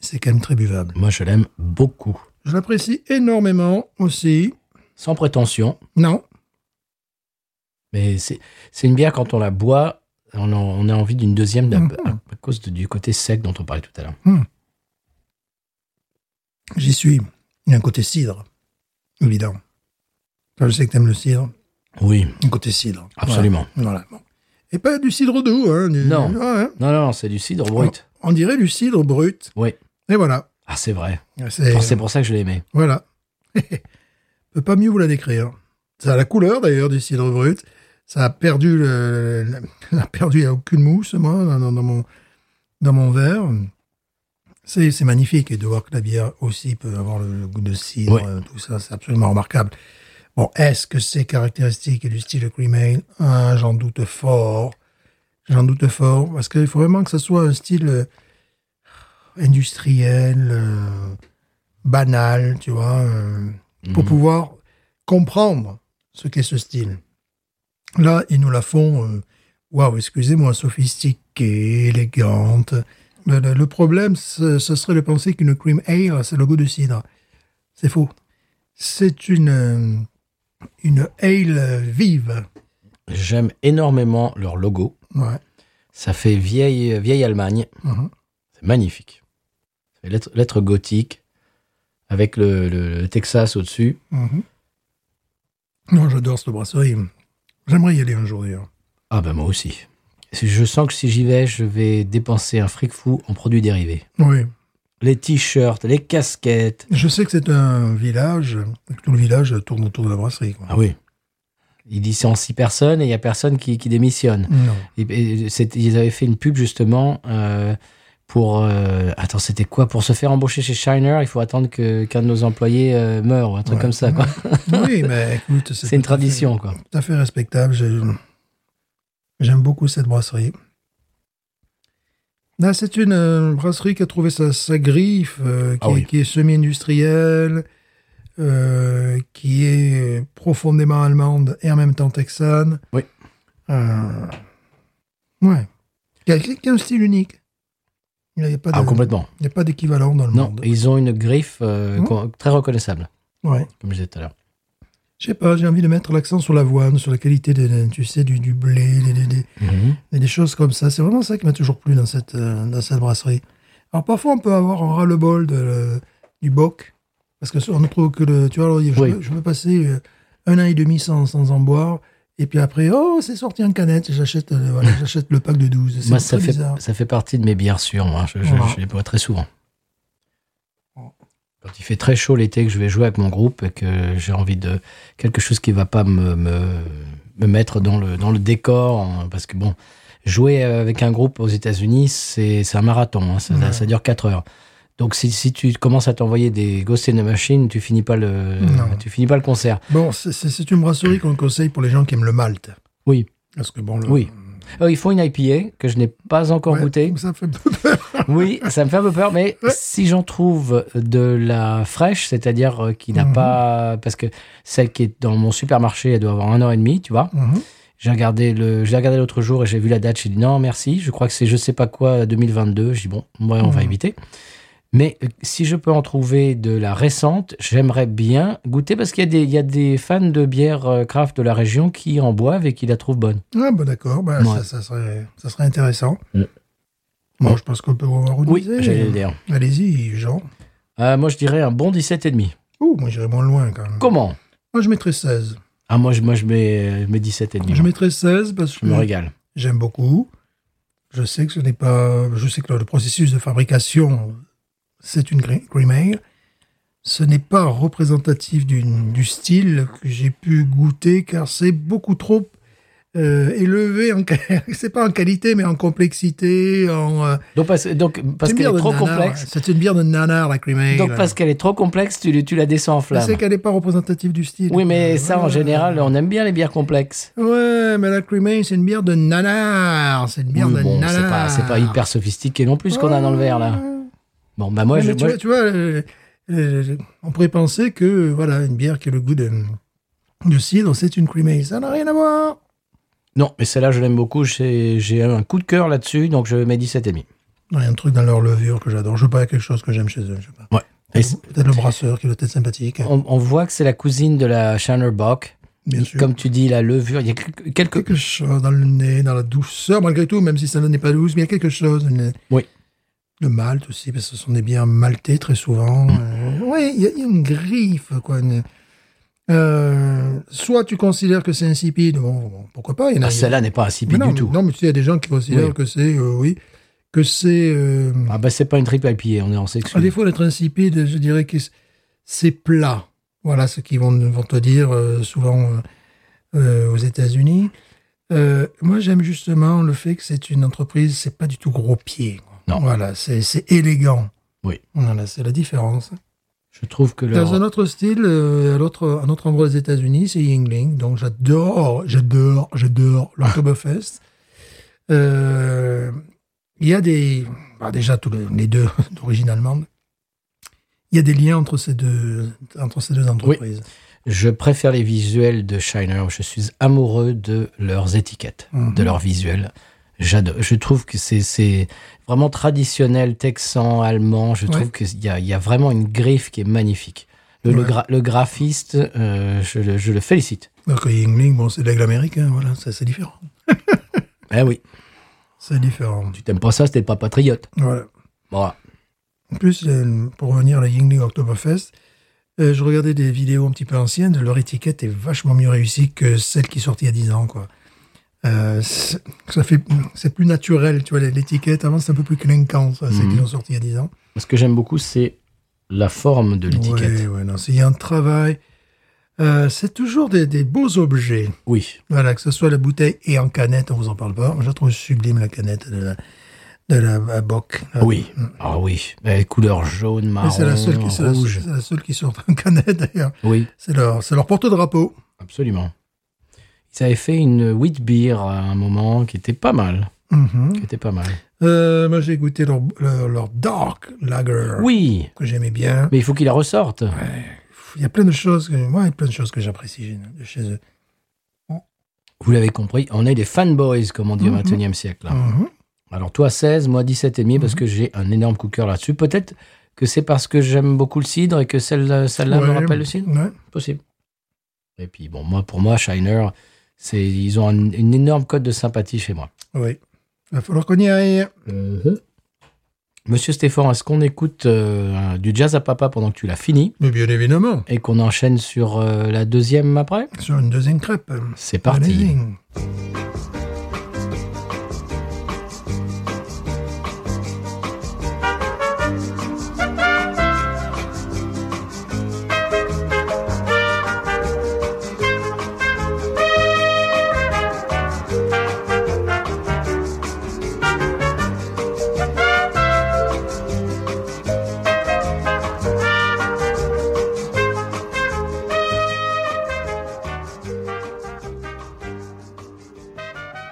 B: c'est quand même très buvable.
A: Moi, je l'aime beaucoup.
B: Je l'apprécie énormément aussi.
A: Sans prétention.
B: Non,
A: Mais c'est c'est une bière, quand on la boit, on a, on a envie d'une deuxième d'à-
B: Mhm.
A: à, à cause de- du côté sec dont on parlait tout à l'heure.
B: J'y suis. Il y a un côté cidre, évident. Toi, je sais que t'aimes le cidre.
A: Oui,
B: Un côté cidre.
A: absolument.
B: Voilà. Voilà, bon. Et pas du cidre doux. Hein, du-
A: Non.
B: Ouais, hein.
A: Non, non, c'est du cidre brut.
B: On dirait du cidre brut.
A: Oui.
B: Et voilà.
A: Ah, c'est vrai.
B: C'est-
A: C'est pour ça que je l'aimais.
B: Voilà. <laughs> Je peux pas mieux vous la décrire. Ça a la couleur d'ailleurs du cidre brut. Ça a perdu le, le- <laughs> ça a perdu aucune mousse moi dans, dans- dans mon dans mon verre. C'est c'est magnifique et de voir que la bière aussi peut avoir le, le goût de cidre,
A: Ouais.
B: euh, tout ça, c'est absolument remarquable. Bon, est-ce que c'est caractéristique du style cream ale Ah, J'en doute fort. J'en doute fort parce qu'il faut vraiment que ça soit un style euh, industriel. euh, banal, tu vois, euh, pour
A: Mhm.
B: pouvoir comprendre ce qu'est ce style. Là, ils nous la font, euh, waouh, excusez-moi, sophistiquée, élégante. Le, le- le problème, ce, ce serait de penser qu'une cream ale, c'est le goût de cidre. C'est faux. C'est une, euh, une ale euh, vive.
A: Mm. J'aime énormément leur logo.
B: Ouais.
A: Ça fait vieille, vieille Allemagne.
B: Mhm.
A: C'est magnifique. Ça fait lettre, lettre gothique avec le, le- le Texas au-dessus.
B: Mhm. Non, j'adore cette brasserie. J'aimerais y aller un jour d'ailleurs.
A: Ah ben moi aussi. Si- Je sens que si j'y vais, je vais dépenser un fric fou en produits dérivés.
B: Oui.
A: Les t-shirts, les casquettes.
B: Je sais que c'est un village, que tout le village tourne autour de la brasserie. quoi.
A: Ah oui. Ils disent c'est en six personnes et il n'y a personne qui, qui démissionne.
B: Non.
A: Et- et c'est- ils avaient fait une pub justement euh, pour... euh, attends, c'était quoi Pour se faire embaucher chez Shiner, il faut attendre que- qu'un de nos employés euh, meure ou un truc
B: Ouais.
A: comme ça.
B: <laughs>
A: quoi.
B: Oui, mais écoute,
A: <laughs> C'est une
B: tout à fait-
A: tradition. quoi.
B: Tout à fait respectable. Je- J'aime beaucoup cette brasserie. Là, c'est une euh, brasserie qui a trouvé sa, sa griffe, euh, qui,
A: Ah
B: est-
A: oui.
B: qui est semi-industrielle, euh, qui est profondément allemande et en même temps texane.
A: Oui.
B: Euh, ouais. Qui a, qui a un style unique. Il n'y a, pas
A: Ah,
B: de-
A: complètement.
B: il n'y a pas d'équivalent dans le
A: Non,
B: monde.
A: ils ont une griffe euh,
B: Hmm.
A: qu'on- très reconnaissable,
B: Ouais.
A: comme je disais tout à l'heure.
B: Je sais pas, j'ai envie de mettre l'accent sur l'avoine, sur la qualité des- des- tu sais, du, du blé, des, des- des- des- des choses comme ça. C'est vraiment ça qui m'a toujours plu dans cette, euh, dans cette brasserie. Alors parfois, on peut avoir un ras-le-bol de, euh, du boc, parce que on ne trouve que le. Tu vois, alors, je,
A: Oui.
B: peux- je peux passer euh, un an et demi sans, sans en boire, et puis après, oh, c'est sorti en canette, j'achète euh,
A: <laughs>
B: voilà, j'achète le pack de 12. C'est
A: Moi, ça
B: très
A: fait,
B: bizarre.
A: ça fait partie de mes bières sûres. Moi. Je, je-
B: Voilà.
A: je les bois très souvent. Quand il fait très chaud l'été, que je vais jouer avec mon groupe et que j'ai envie de quelque chose qui va pas me, me, me mettre dans le, dans le décor, hein, parce que bon, jouer avec un groupe aux États-Unis, c'est c'est un marathon, hein, ça,
B: Ouais.
A: ça dure 4 heures. Donc si, si tu commences à t'envoyer des Ghost in the Machine, tu finis pas le,
B: Non.
A: tu finis pas le concert.
B: Bon, c'est- c'est c'est une brasserie qu'on conseille pour les gens qui aiment le malt.
A: Oui.
B: Parce que bon, le...
A: Oui. Euh, ils font une IPA que je n'ai pas encore
B: Ouais,
A: goûtée.
B: Ça fait
A: <laughs>
B: peur.
A: Oui, ça me fait un peu peur, mais
B: Ouais.
A: si j'en trouve de la fraîche, c'est-à-dire euh, qui n'a
B: Mhm.
A: pas. Parce que celle qui est dans mon supermarché, elle doit avoir un an et demi, tu vois.
B: Mhm.
A: J'ai regardé le, je l'ai regardé l'autre jour et j'ai vu la date. J'ai dit non, merci. Je crois que c'est je sais pas quoi euh, 2022. J'ai dit bon, ouais, on va
B: Mhm.
A: éviter. Mais euh, si je peux en trouver de la récente, j'aimerais bien goûter parce qu'il y a des, il y a des fans de bière euh, craft de la région qui en boivent et qui la trouvent bonne.
B: Ah, bah d'accord, bah,
A: Ouais.
B: ça, ça serait, ça serait intéressant.
A: Ouais.
B: Bon, je pense qu'on peut avoir une
A: Oui, j'allais le dire.
B: Allez-y, Jean.
A: Euh, moi, je dirais un bon 17 et demi.
B: Ouh, moi j'irais moins loin quand même.
A: Comment
B: Moi je mettrais 16.
A: Ah moi, je, moi, je mets, je mets 17 et demi.
B: Je
A: moi.
B: mettrais 16 parce
A: Je me
B: que
A: régale.
B: j'aime beaucoup. Je sais que ce n'est pas. Je sais que le processus de fabrication, c'est une gre- cream ale. Ce n'est pas représentatif d'une- du style que j'ai pu goûter car c'est beaucoup trop euh, élevé. En, <laughs> c'est pas en qualité, mais en complexité. En, euh,
A: Donc parce, donc, parce
B: c'est
A: qu'elle
B: une bière
A: est
B: de
A: trop
B: nanar,
A: complexe.
B: C'est une bière de nanar, la cream ale.
A: Donc parce qu'elle est trop complexe, tu, tu la descends en
B: Je
A: flamme.
B: sais qu'elle n'est pas représentative du style.
A: Oui, mais ça, en
B: euh, Voilà.
A: général, on aime bien les bières complexes.
B: Ouais, mais la cream ale, c'est une bière de nanar. C'est une bière
A: Oui,
B: de
A: bon,
B: nanar.
A: c'est pas, c'est pas hyper sophistiqué non plus ce qu'on a dans le verre là. Bon, bah moi,
B: Ouais,
A: je,
B: mais tu,
A: moi,
B: vois, tu vois, euh, euh, on pourrait penser que voilà, une bière qui a le goût de, de cidre, c'est une cream ale. Ça n'a rien à voir.
A: je- non, mais celle-là, je l'aime beaucoup. J'ai j'ai un coup de cœur là-dessus, donc je mets 17,5.
B: Il y a un truc dans leur levure que j'adore. Je veux pas quelque chose que j'aime chez eux. Je sais pas.
A: Ouais. Et c'est-
B: Peut-être le brasseur qui doit être sympathique.
A: on, on voit que c'est la cousine de la Bock.
B: Bien sûr.
A: Comme tu dis, la levure, il y a quelque- quelque
B: Quelque chose dans le nez, dans la douceur, malgré tout, même si ça n'est pas douce, mais il y a quelque chose. une-
A: Oui.
B: Le malt aussi, parce que ce sont des bières maltées très souvent.
A: Mm.
B: Euh, oui, il y, a il y a une griffe, quoi. une- Euh, soit tu considères que c'est insipide, bon, bon, pourquoi pas. Il y en a,
A: Ah, celle-là n'est pas
B: Mais
A: insipide
B: non,
A: du tout.
B: Non, mais tu sais, il y a des gens qui considèrent
A: Oui.
B: que c'est, euh, oui, que c'est. euh,
A: Ah bah c'est pas une triple IPA, on est en section.
B: à défaut d'être insipide, je dirais que c'est plat. Voilà ce qu'ils vont, vont te dire euh, souvent euh, euh, aux États-Unis. Euh, moi, j'aime justement le fait que c'est une entreprise, c'est pas du tout gros pied. quoi.
A: Non.
B: Voilà, c'est c'est élégant.
A: Oui.
B: Voilà, c'est la différence.
A: Je trouve que leur-
B: Dans un autre style, euh, à l'autre, un autre endroit des États-Unis, c'est Yingling. Donc j'adore, j'adore, j'adore l'Octoberfest. Euh, Il y a des, bah, déjà tous les, les deux <laughs> d'origine allemande. Il y a des liens entre ces deux, entre ces deux entreprises.
A: je préfère les visuels de Shiner. Je suis amoureux de leurs étiquettes,
B: Mhm.
A: de leurs visuels. J'adore. Je trouve que c'est- c'est vraiment traditionnel texan, allemand. Je
B: Ouais.
A: trouve qu'il y a, il y a vraiment une griffe qui est magnifique. Le, le
B: Ouais.
A: gra- le graphiste, euh, je, le, je le félicite.
B: Alors que Yingling, bon, c'est l'aigle américain, voilà, ça, c'est différent.
A: Eh oui,
B: C'est différent.
A: tu t'aimes pas ça, c'était pas patriote.
B: Voilà.
A: Voilà.
B: En plus, euh, pour revenir à la Yingling Oktoberfest, euh, je regardais des vidéos un petit peu anciennes. Leur étiquette est vachement mieux réussie que celle qui sortait il y a 10 ans. Quoi. Euh, c'est- ça fait, c'est plus naturel, tu vois, l'étiquette. Avant, c'était un peu plus clinquant, ça, celle
A: Mhm.
B: qu'ils ont sortie il y a 10 ans.
A: Ce que j'aime beaucoup, c'est la forme de l'étiquette.
B: Ouais, ouais, non, c'est- il y a un travail. Euh, c'est toujours des, des beaux objets.
A: Oui.
B: Voilà, que ce soit la bouteille et en canette, on vous en parle pas. Je la trouve sublime la canette de la, de la, la Bock.
A: Oui. Ah oui. Eh, couleur jaune,
B: Mais
A: marron,
B: c'est la seule qui, c'est la-
A: Ah, rouge.
B: c'est la seule qui sort en canette d'ailleurs.
A: Oui.
B: C'est leur, c'est leur porte-drapeau.
A: Absolument. Ils avaient fait une wheat beer à un moment qui était pas mal. Qui était pas mal.
B: Mhm. Euh, moi, j'ai goûté leur, leur, leur Dark Lager,
A: Oui,
B: que j'aimais bien.
A: mais il faut qu'il la ressorte.
B: Il y a plein de choses que, ouais, plein de choses que j'apprécie chez- de chez eux.
A: Vous l'avez compris, on est des fanboys, comme on dit
B: Mhm.
A: au XXIe siècle. là.
B: Mhm.
A: Alors toi 16, moi 17 et demi, parce que j'ai un énorme coup de cœur là-dessus. Peut-être que c'est parce que j'aime beaucoup le cidre et que celle- celle-là me
B: Ouais,
A: rappelle le cidre.
B: ouais.
A: Possible. Et puis bon, moi pour moi, Shiner, c'est ils ont un- une énorme cote de sympathie chez moi.
B: Oui. Il va falloir qu'on y aille. Mhm.
A: Monsieur Stéphane, est-ce qu'on écoute euh, du jazz à papa pendant que tu l'as fini
B: Mais bien évidemment.
A: Et qu'on enchaîne sur euh, la deuxième après
B: Sur une deuxième crêpe.
A: C'est parti.
B: Amazing.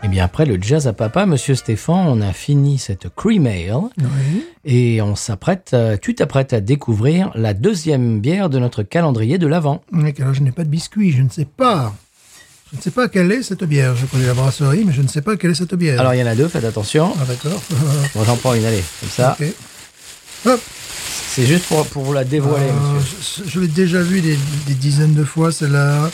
A: Eh bien près le jazz à papa. Monsieur Stéphane, on a fini cette cream ale
B: Oui.
A: et on s'apprête, à- tu t'apprêtes à découvrir la deuxième bière de notre calendrier de l'Avent.
B: Mais alors je n'ai pas de biscuit, je ne sais pas. Je ne sais pas quelle est cette bière. Je connais la brasserie, mais je ne sais pas quelle est cette bière.
A: Alors il y en a deux, faites attention.
B: Ah, d'accord.
A: Bon, j'en prends une, allez, comme ça.
B: <laughs> Ok. Hop.
A: C'est juste pour, pour vous la dévoiler,
B: Euh,
A: monsieur.
B: je je l'ai déjà vu des, des dizaines de fois, celle-là.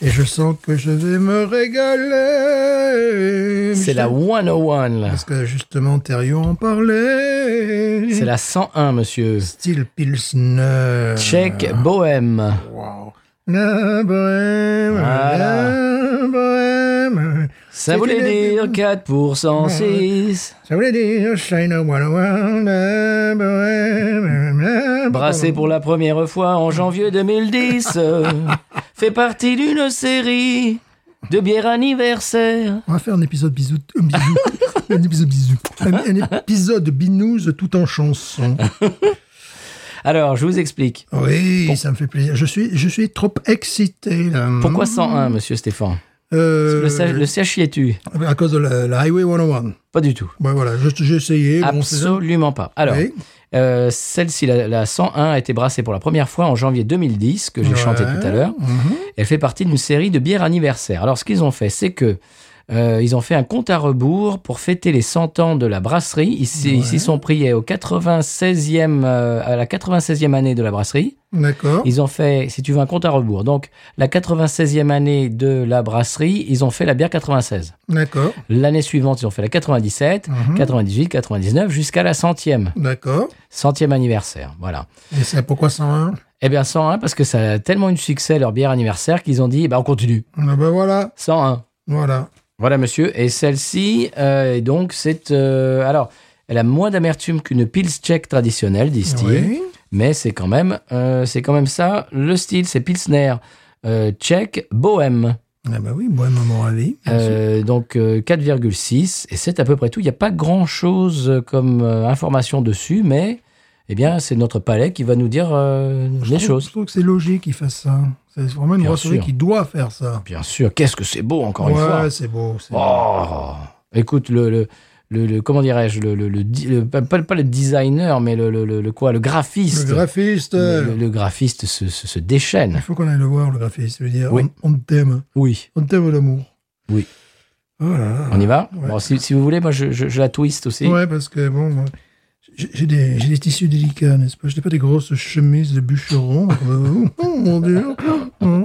B: Et je sens que je vais me régaler.
A: C'est la 101, là.
B: Parce que justement, Thériault en parlait.
A: C'est la 101, monsieur.
B: Style Pilsner.
A: Tchèque Bohème.
B: Wow. La bohème.
A: Voilà.
B: La bohème.
A: Ça voulait dire 4 pour 106.
B: Ça voulait dire China One La bohème. la
A: Brassé
B: bohème.
A: pour la première fois en janvier 2010.
B: <laughs>
A: euh, Fait partie d'une série de bières anniversaires.
B: On va faire un épisode bisou, euh,
A: <laughs>
B: bisou. un épisode bisou, un, un épisode binouze tout en chanson.
A: Alors, je vous explique.
B: Oui, ça me fait plaisir. Je suis, je suis trop excité là.
A: Pourquoi 101, monsieur Stéphane
B: Hmm. Euh,
A: Le, sa- le sachiez-tu
B: À cause de la, la Highway 101.
A: Pas du tout.
B: Ouais, Ben voilà, je- j'ai essayé. bon, c'est-
A: Absolument pas. Alors,
B: Oui.
A: euh, celle-ci, la, la 101, a été brassée pour la première fois en janvier 2010, que j'ai
B: Ouais.
A: chanté tout à l'heure.
B: Mhm.
A: Elle fait partie d'une série de bières anniversaires. Alors, ce qu'ils ont fait, c'est que euh, ils ont fait un compte à rebours pour fêter les 100 ans de la brasserie. Ils s'y ils s'y sont priés au 96e, euh, à la 96e année de la brasserie.
B: D'accord.
A: Ils ont fait, si tu veux, un compte à rebours. Donc, la 96e année de la brasserie, ils ont fait la bière 96.
B: D'accord.
A: L'année suivante, ils ont fait la 97,
B: Mhm.
A: 98, 99, jusqu'à la 100e.
B: D'accord.
A: 100e anniversaire. Voilà.
B: Et c'est pourquoi 101
A: Eh bien, 101, parce que ça a tellement eu de succès, leur bière anniversaire, qu'ils ont dit, bah, on continue.
B: Ah ben voilà,
A: 101.
B: voilà.
A: Voilà, monsieur. Et celle-ci, euh, et donc, c'est. euh, alors, elle a moins d'amertume qu'une pils tchèque traditionnelle, disent-ils.
B: Oui.
A: Mais c'est quand, même, euh, c'est quand même ça. Le style, c'est Pilsner euh, tchèque, bohème.
B: Ah ben oui, bon moment à vie.
A: Euh, donc euh, 4,6. Et c'est à peu près tout. Il n'y a pas grand-chose comme euh, information dessus, mais. Eh bien, c'est notre palais qui va nous dire euh, les
B: Je
A: choses.
B: trouve que c'est logique qu'ils fassent ça. C'est vraiment une
A: Bien
B: brasserie
A: sûr.
B: qui doit faire ça.
A: Bien sûr, qu'est-ce que c'est beau, encore une fois.
B: ouais, c'est beau. c'est beau.
A: Oh Écoute, le, le, le, le- comment dirais-je, le, le, le di- le- pas, pas- pas le designer, mais le, le, le, le quoi, le
B: Le
A: graphiste.
B: graphiste. euh,
A: Le- le- le graphiste se, se, se déchaîne.
B: Il faut qu'on aille le voir, le graphiste. Je veux dire,
A: Oui.
B: on, on t'aime.
A: Oui.
B: On t'aime d'amour.
A: Oui.
B: Oh là là.
A: On y va
B: Ouais.
A: Bon, si, si vous voulez, moi je, je, je la twist aussi.
B: Ouais, parce que bon, moi, j'ai j'ai des, j'ai des tissus délicats, n'est-ce pas Je n'ai pas des grosses chemises de bûcheron. <laughs> Euh, oh, mon Dieu. Oh.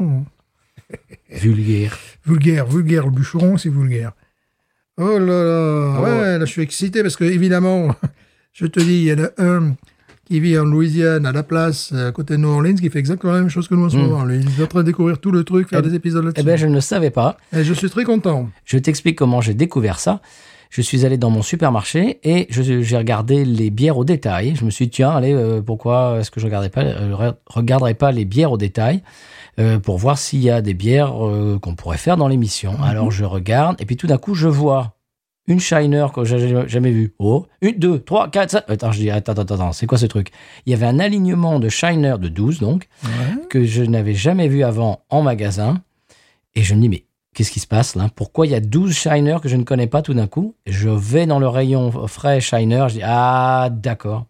A: Vulgaire.
B: Vulgaire, vulgaire, le bûcheron, c'est vulgaire. Oh là
A: Ah
B: là, ouais, là je suis excité parce que évidemment, <laughs> je te dis, il y en a un qui vit en Louisiane, à la place, à côté de New Orleans, qui fait exactement la même chose que nous en ce moment. Lui, il est en train de découvrir tout le truc, faire
A: Hmm. Eh-
B: des épisodes là-dessus.
A: Eh bien, je ne le savais pas.
B: Et je suis très content.
A: Je t'explique comment j'ai découvert ça. Je suis allé dans mon supermarché et je- j'ai regardé les bières au détail. Je me suis dit, tiens, allez, euh, pourquoi est-ce que je regardais pas, euh, re- regarderais pas les bières au détail euh, pour voir s'il y a des bières euh, qu'on pourrait faire dans l'émission. Alors je regarde et puis tout d'un coup, je vois une Shiner que j'ai jamais vue. Oh, une, deux, trois, quatre, cinq. Attends, je dis, attends, attends, attends, c'est quoi ce truc Il y avait un alignement de Shiner de 12, donc, que je n'avais jamais vu avant en magasin. Et je me dis, mais qu'est-ce qui se passe là Pourquoi il y a 12 shiners que je ne connais pas tout d'un coup Je vais dans le rayon frais shiner, je dis, ah, d'accord.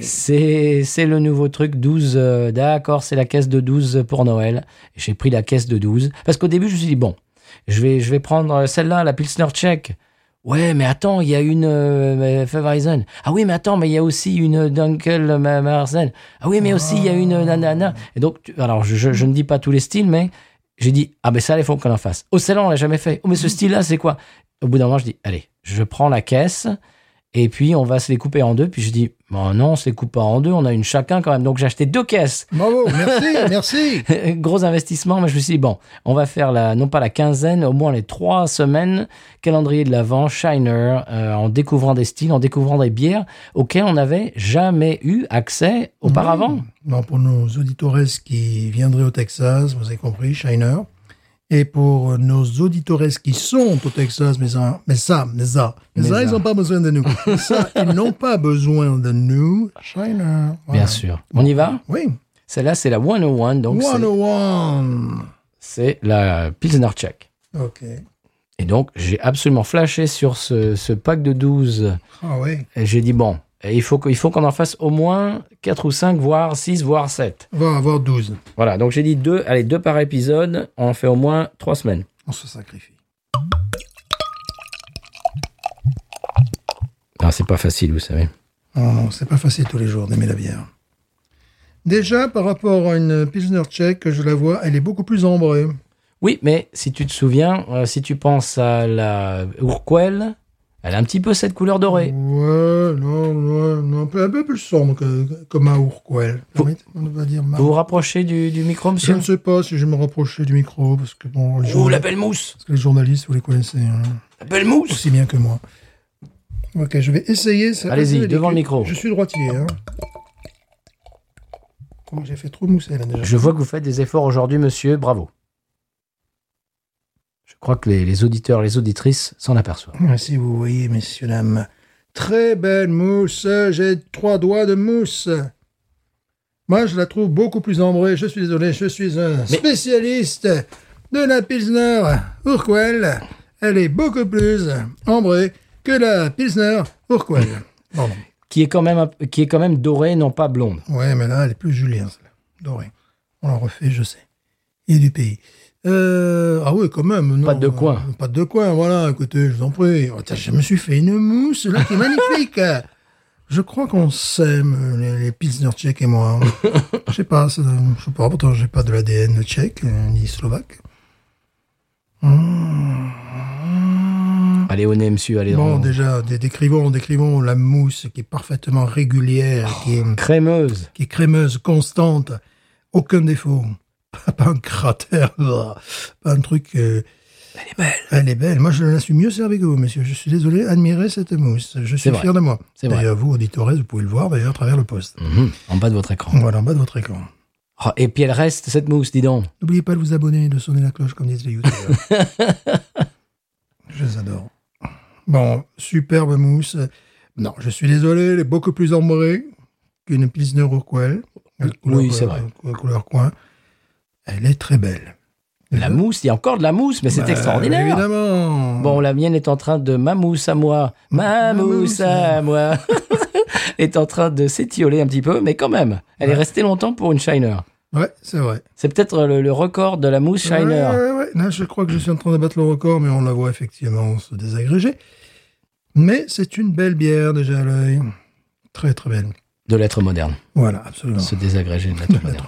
A: c'est c'est le nouveau truc 12, euh, d'accord, c'est la caisse de 12 pour Noël. J'ai pris la caisse de 12. Parce qu'au début, je me suis dit, bon, je vais, je vais prendre euh, celle-là, la Pilsner tchèque. Ouais, mais attends, il y a une euh, Hefeweizen. Ah oui, mais attends, mais il y a aussi une Dunkel Marzen. Ah oui, mais aussi il y a une Nanana. Et donc, tu- alors, je, je- je ne dis pas tous les styles, mais j'ai dit, ah ben ça, il faut qu'on en fasse. Au salon, on l'a jamais fait. Oh, mais ce style-là, c'est quoi Au bout d'un moment, je dis, allez, je prends la caisse et puis on va se les couper en deux. Puis je dis, bon non, on se les coupe pas en deux, on a une chacun quand même. Donc j'ai acheté deux caisses. <laughs>
B: Bravo, merci, merci.
A: Gros investissement, mais je me suis dit, bon, on va faire la, non pas la quinzaine, au moins les trois semaines, calendrier de l'Avent, Shiner, euh, en découvrant des styles, en découvrant des bières auxquelles on n'avait jamais eu accès auparavant.
B: Bon, pour nos auditores qui viendraient au Texas, vous avez compris, Shiner. Et pour nos auditores qui sont au Texas, mais ça, mais ça, mais ça, mais
A: Mais
B: ça,
A: ça.
B: ils n'ont pas besoin
A: <laughs>
B: de nous. ça, ils n'ont pas besoin de nous. Shiner.
A: Bien sûr. On y va
B: Oui.
A: Celle-là, c'est la
B: oh.
A: 101, donc c'est-
B: 101.
A: c'est la Pilsner Check.
B: Ok.
A: Et donc, j'ai absolument flashé sur ce, ce pack de 12.
B: Ah ouais.
A: Et j'ai dit, bon, et il faut que- il faut qu'on en fasse au moins 4 ou 5, voire 6, voire 7.
B: On va avoir 12.
A: Voilà, donc j'ai dit deux, allez, deux par épisode, on en fait au moins 3 semaines.
B: On se sacrifie.
A: Non, Ah, c'est pas facile, vous savez.
B: Non, non, c'est pas facile tous les jours d'aimer la bière. Déjà, par rapport à une Pilsner tchèque, je la vois, elle est beaucoup plus ambrée.
A: Oui, mais si tu te souviens, euh, si tu penses à la Urquell, elle a un petit peu cette couleur dorée.
B: Ouais, non, non, non, un peu, un peu plus sombre que, que- comme à Urquell.
A: Faut-
B: Permettez- On va dire ma-
A: Vous vous rapprochez du, du micro,
B: Je
A: monsieur
B: ne sais pas si je me rapprochais du micro, parce que bon, les,
A: Oh,
B: journa-
A: la belle mousse
B: parce que les journalistes, vous les connaissez hein,
A: La belle mousse
B: aussi bien que moi. Ok, je vais essayer. ça-
A: Allez-y,
B: ça va être
A: devant le
B: délicat.
A: micro.
B: Je suis droitier. Hein. Oh, J'ai fait trop mousser là déjà.
A: Je vois que vous faites des efforts aujourd'hui, monsieur, bravo. Je crois que les, les auditeurs, les auditrices s'en aperçoivent.
B: Ouais, Si vous voyez, messieurs, dames, très belle mousse. J'ai trois doigts de mousse. Moi, je la trouve beaucoup plus ambrée. Je suis désolé, je suis un spécialiste de la Pilsner Urquell. Elle est beaucoup plus ambrée que la Pilsner Urquell. Pardon.
A: Qui est quand même, un- qui est quand même dorée, non pas blonde.
B: Ouais, mais là, elle est plus Julien, celle-là. Dorée. On l'en refait, je sais. Et du pays. Euh, ah oui, quand même. non,
A: Pas de
B: euh,
A: coin.
B: pas de coin, voilà. Écoutez, je vous en prie. Oh, tiens, je me suis fait une mousse, là, qui est <laughs> magnifique. Je crois qu'on s'aime, les, les Pilsner tchèques et <laughs> moi. je sais pas, ça- je sais pas. Pourtant, j'ai pas de l'ADN tchèque, euh, ni slovaque.
A: Allez, au nez, monsieur, allez.
B: Bon,
A: on-
B: déjà, dé- décrivons, décrivons la mousse qui est parfaitement régulière, qui est...
A: Crémeuse.
B: qui est crémeuse, constante, aucun défaut. Pas- Pas un cratère, <laughs> bah, pas un truc. euh, Elle est belle. Elle est belle. Moi, je la suis mieux servie que vous, monsieur. Je suis désolé, admirez cette mousse. Je suis
A: vrai.
B: fier de moi.
A: C'est vrai.
B: D'ailleurs, vous, auditores, vous pouvez le voir d'ailleurs à travers le poste.
A: Mhm, En bas de votre écran.
B: Voilà, en bas de votre écran.
A: Oh, et puis elle reste, cette mousse, dis donc.
B: N'oubliez pas de vous abonner et de sonner la cloche, comme disent
A: <laughs>
B: les youtubeurs. je les adore. Bon, superbe mousse. Non, je suis désolé, elle est beaucoup plus ambrée qu'une Pilsner Urquell. La
A: Oui, c'est vrai.
B: la couleur coin. Elle est très belle.
A: La mousse, il y a encore de la mousse, mais c'est
B: Euh, Bah,
A: extraordinaire.
B: Évidemment.
A: Bon, la mienne est en train de, ma mousse à moi, ma
B: Ma
A: mousse
B: mousse.
A: à moi, <laughs> est en train de s'étioler un petit peu, mais quand même, elle est
B: Ouais.
A: restée longtemps pour une Shiner.
B: Ouais, c'est vrai.
A: C'est peut-être euh, le, le record de la mousse Shiner.
B: Ouais, ouais, ouais. Non, je crois que je suis en train de battre le record, mais on la voit effectivement se désagréger. Mais c'est une belle bière déjà à l'œil. Très très belle.
A: De l'être moderne,
B: Voilà, absolument.
A: se désagréger de l'être moderne.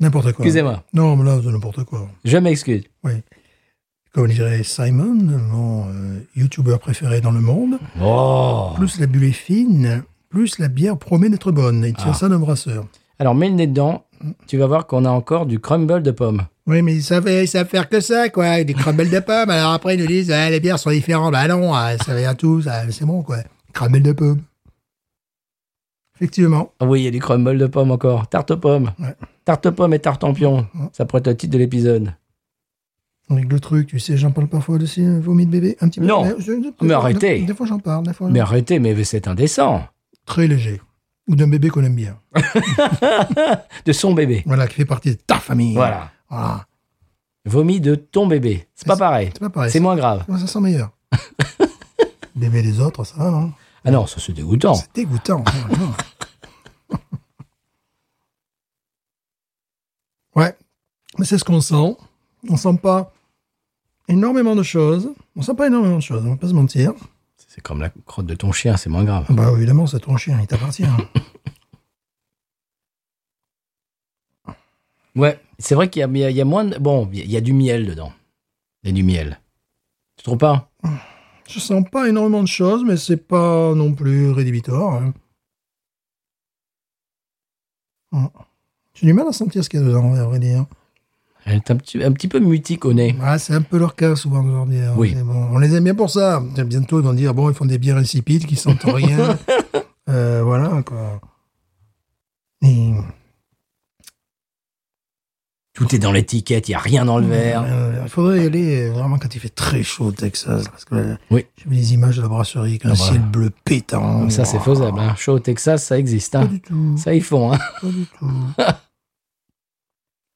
B: N'importe quoi.
A: Excusez-moi,
B: Non, mais là, c'est n'importe quoi.
A: je m'excuse.
B: Comme dirait Simon, mon euh, youtubeur préféré dans le monde,
A: Oh
B: plus la bulle est fine, plus la bière promet d'être bonne. Il tient
A: Ah.
B: ça d'un brasseur.
A: Alors, mets le nez dedans, tu vas voir qu'on a encore du crumble de pommes.
B: Oui, mais ils savent, ils savent faire que ça, quoi. Des crumbles de pommes. Alors après, ils nous disent, Ah, les bières sont différentes. Bah non, ah, ça vient tous. ah, c'est bon, quoi. Crumbles de pommes. Effectivement.
A: Ah oui, il y a du crumble de pommes encore. Tarte aux pommes.
B: Ouais.
A: Tarte aux pommes et tarte en pion.
B: Ouais.
A: Ça pourrait être le titre de l'épisode.
B: Avec le truc, tu sais, j'en parle parfois aussi, euh, vomi de bébé, un petit peu. euh,
A: Non.
B: je- je-
A: Mais arrêtez.
B: Des fois, j'en parle. Des fois,
A: Mais arrêtez, mais c'est indécent.
B: Très léger. Ou d'un bébé qu'on aime bien.
A: de son bébé.
B: Voilà, qui fait partie de ta famille.
A: Voilà.
B: Voilà.
A: Vomi de ton bébé. C'est pas
B: C'est-
A: pareil.
B: C'est pas pareil.
A: C'est moins grave.
B: Ouais, ça sent meilleur.
A: <laughs>
B: Bébé des autres, ça va, hein. non
A: Ah non, ça c'est dégoûtant.
B: C'est dégoûtant. vraiment. <laughs> ouais, mais c'est ce qu'on sent. On sent pas énormément de choses. On sent pas énormément de choses, on va pas se mentir.
A: C'est comme la crotte de ton chien, c'est moins grave.
B: Ah Bah évidemment, c'est ton chien, il <laughs> t'appartient.
A: Ouais, c'est vrai qu'il y a- il y, a- il y a moins de... Bon, il y a du miel dedans. Il y a du miel. Tu trouves pas
B: Je sens pas énormément de choses, mais c'est pas non plus rédhibitoire. hein. Hum. J'ai du mal à sentir ce qu'il y a dedans, à vrai dire.
A: Elle est un petit, un petit peu mutique au nez.
B: Ah, c'est un peu leur cas souvent de leur bière.
A: Oui.
B: Mais bon, on les aime bien pour ça. Bientôt, ils vont dire bon, ils font des bières insipides qui
A: <laughs>
B: sentent rien. Euh, voilà, quoi. Et-
A: Tout est dans l'étiquette, il y a rien dans le verre.
B: Euh, Il faudrait y aller euh, vraiment quand il fait très chaud au Texas. Parce que euh,
A: Oui.
B: j'ai vu les images de la brasserie avec un
A: Ah, bah.
B: ciel bleu pétant.
A: Comme ça, c'est
B: Ouah.
A: faisable. Hein. Chaud au Texas, ça existe.
B: Pas
A: Hein.
B: du tout.
A: Ça, ils font. Hein.
B: Pas du tout.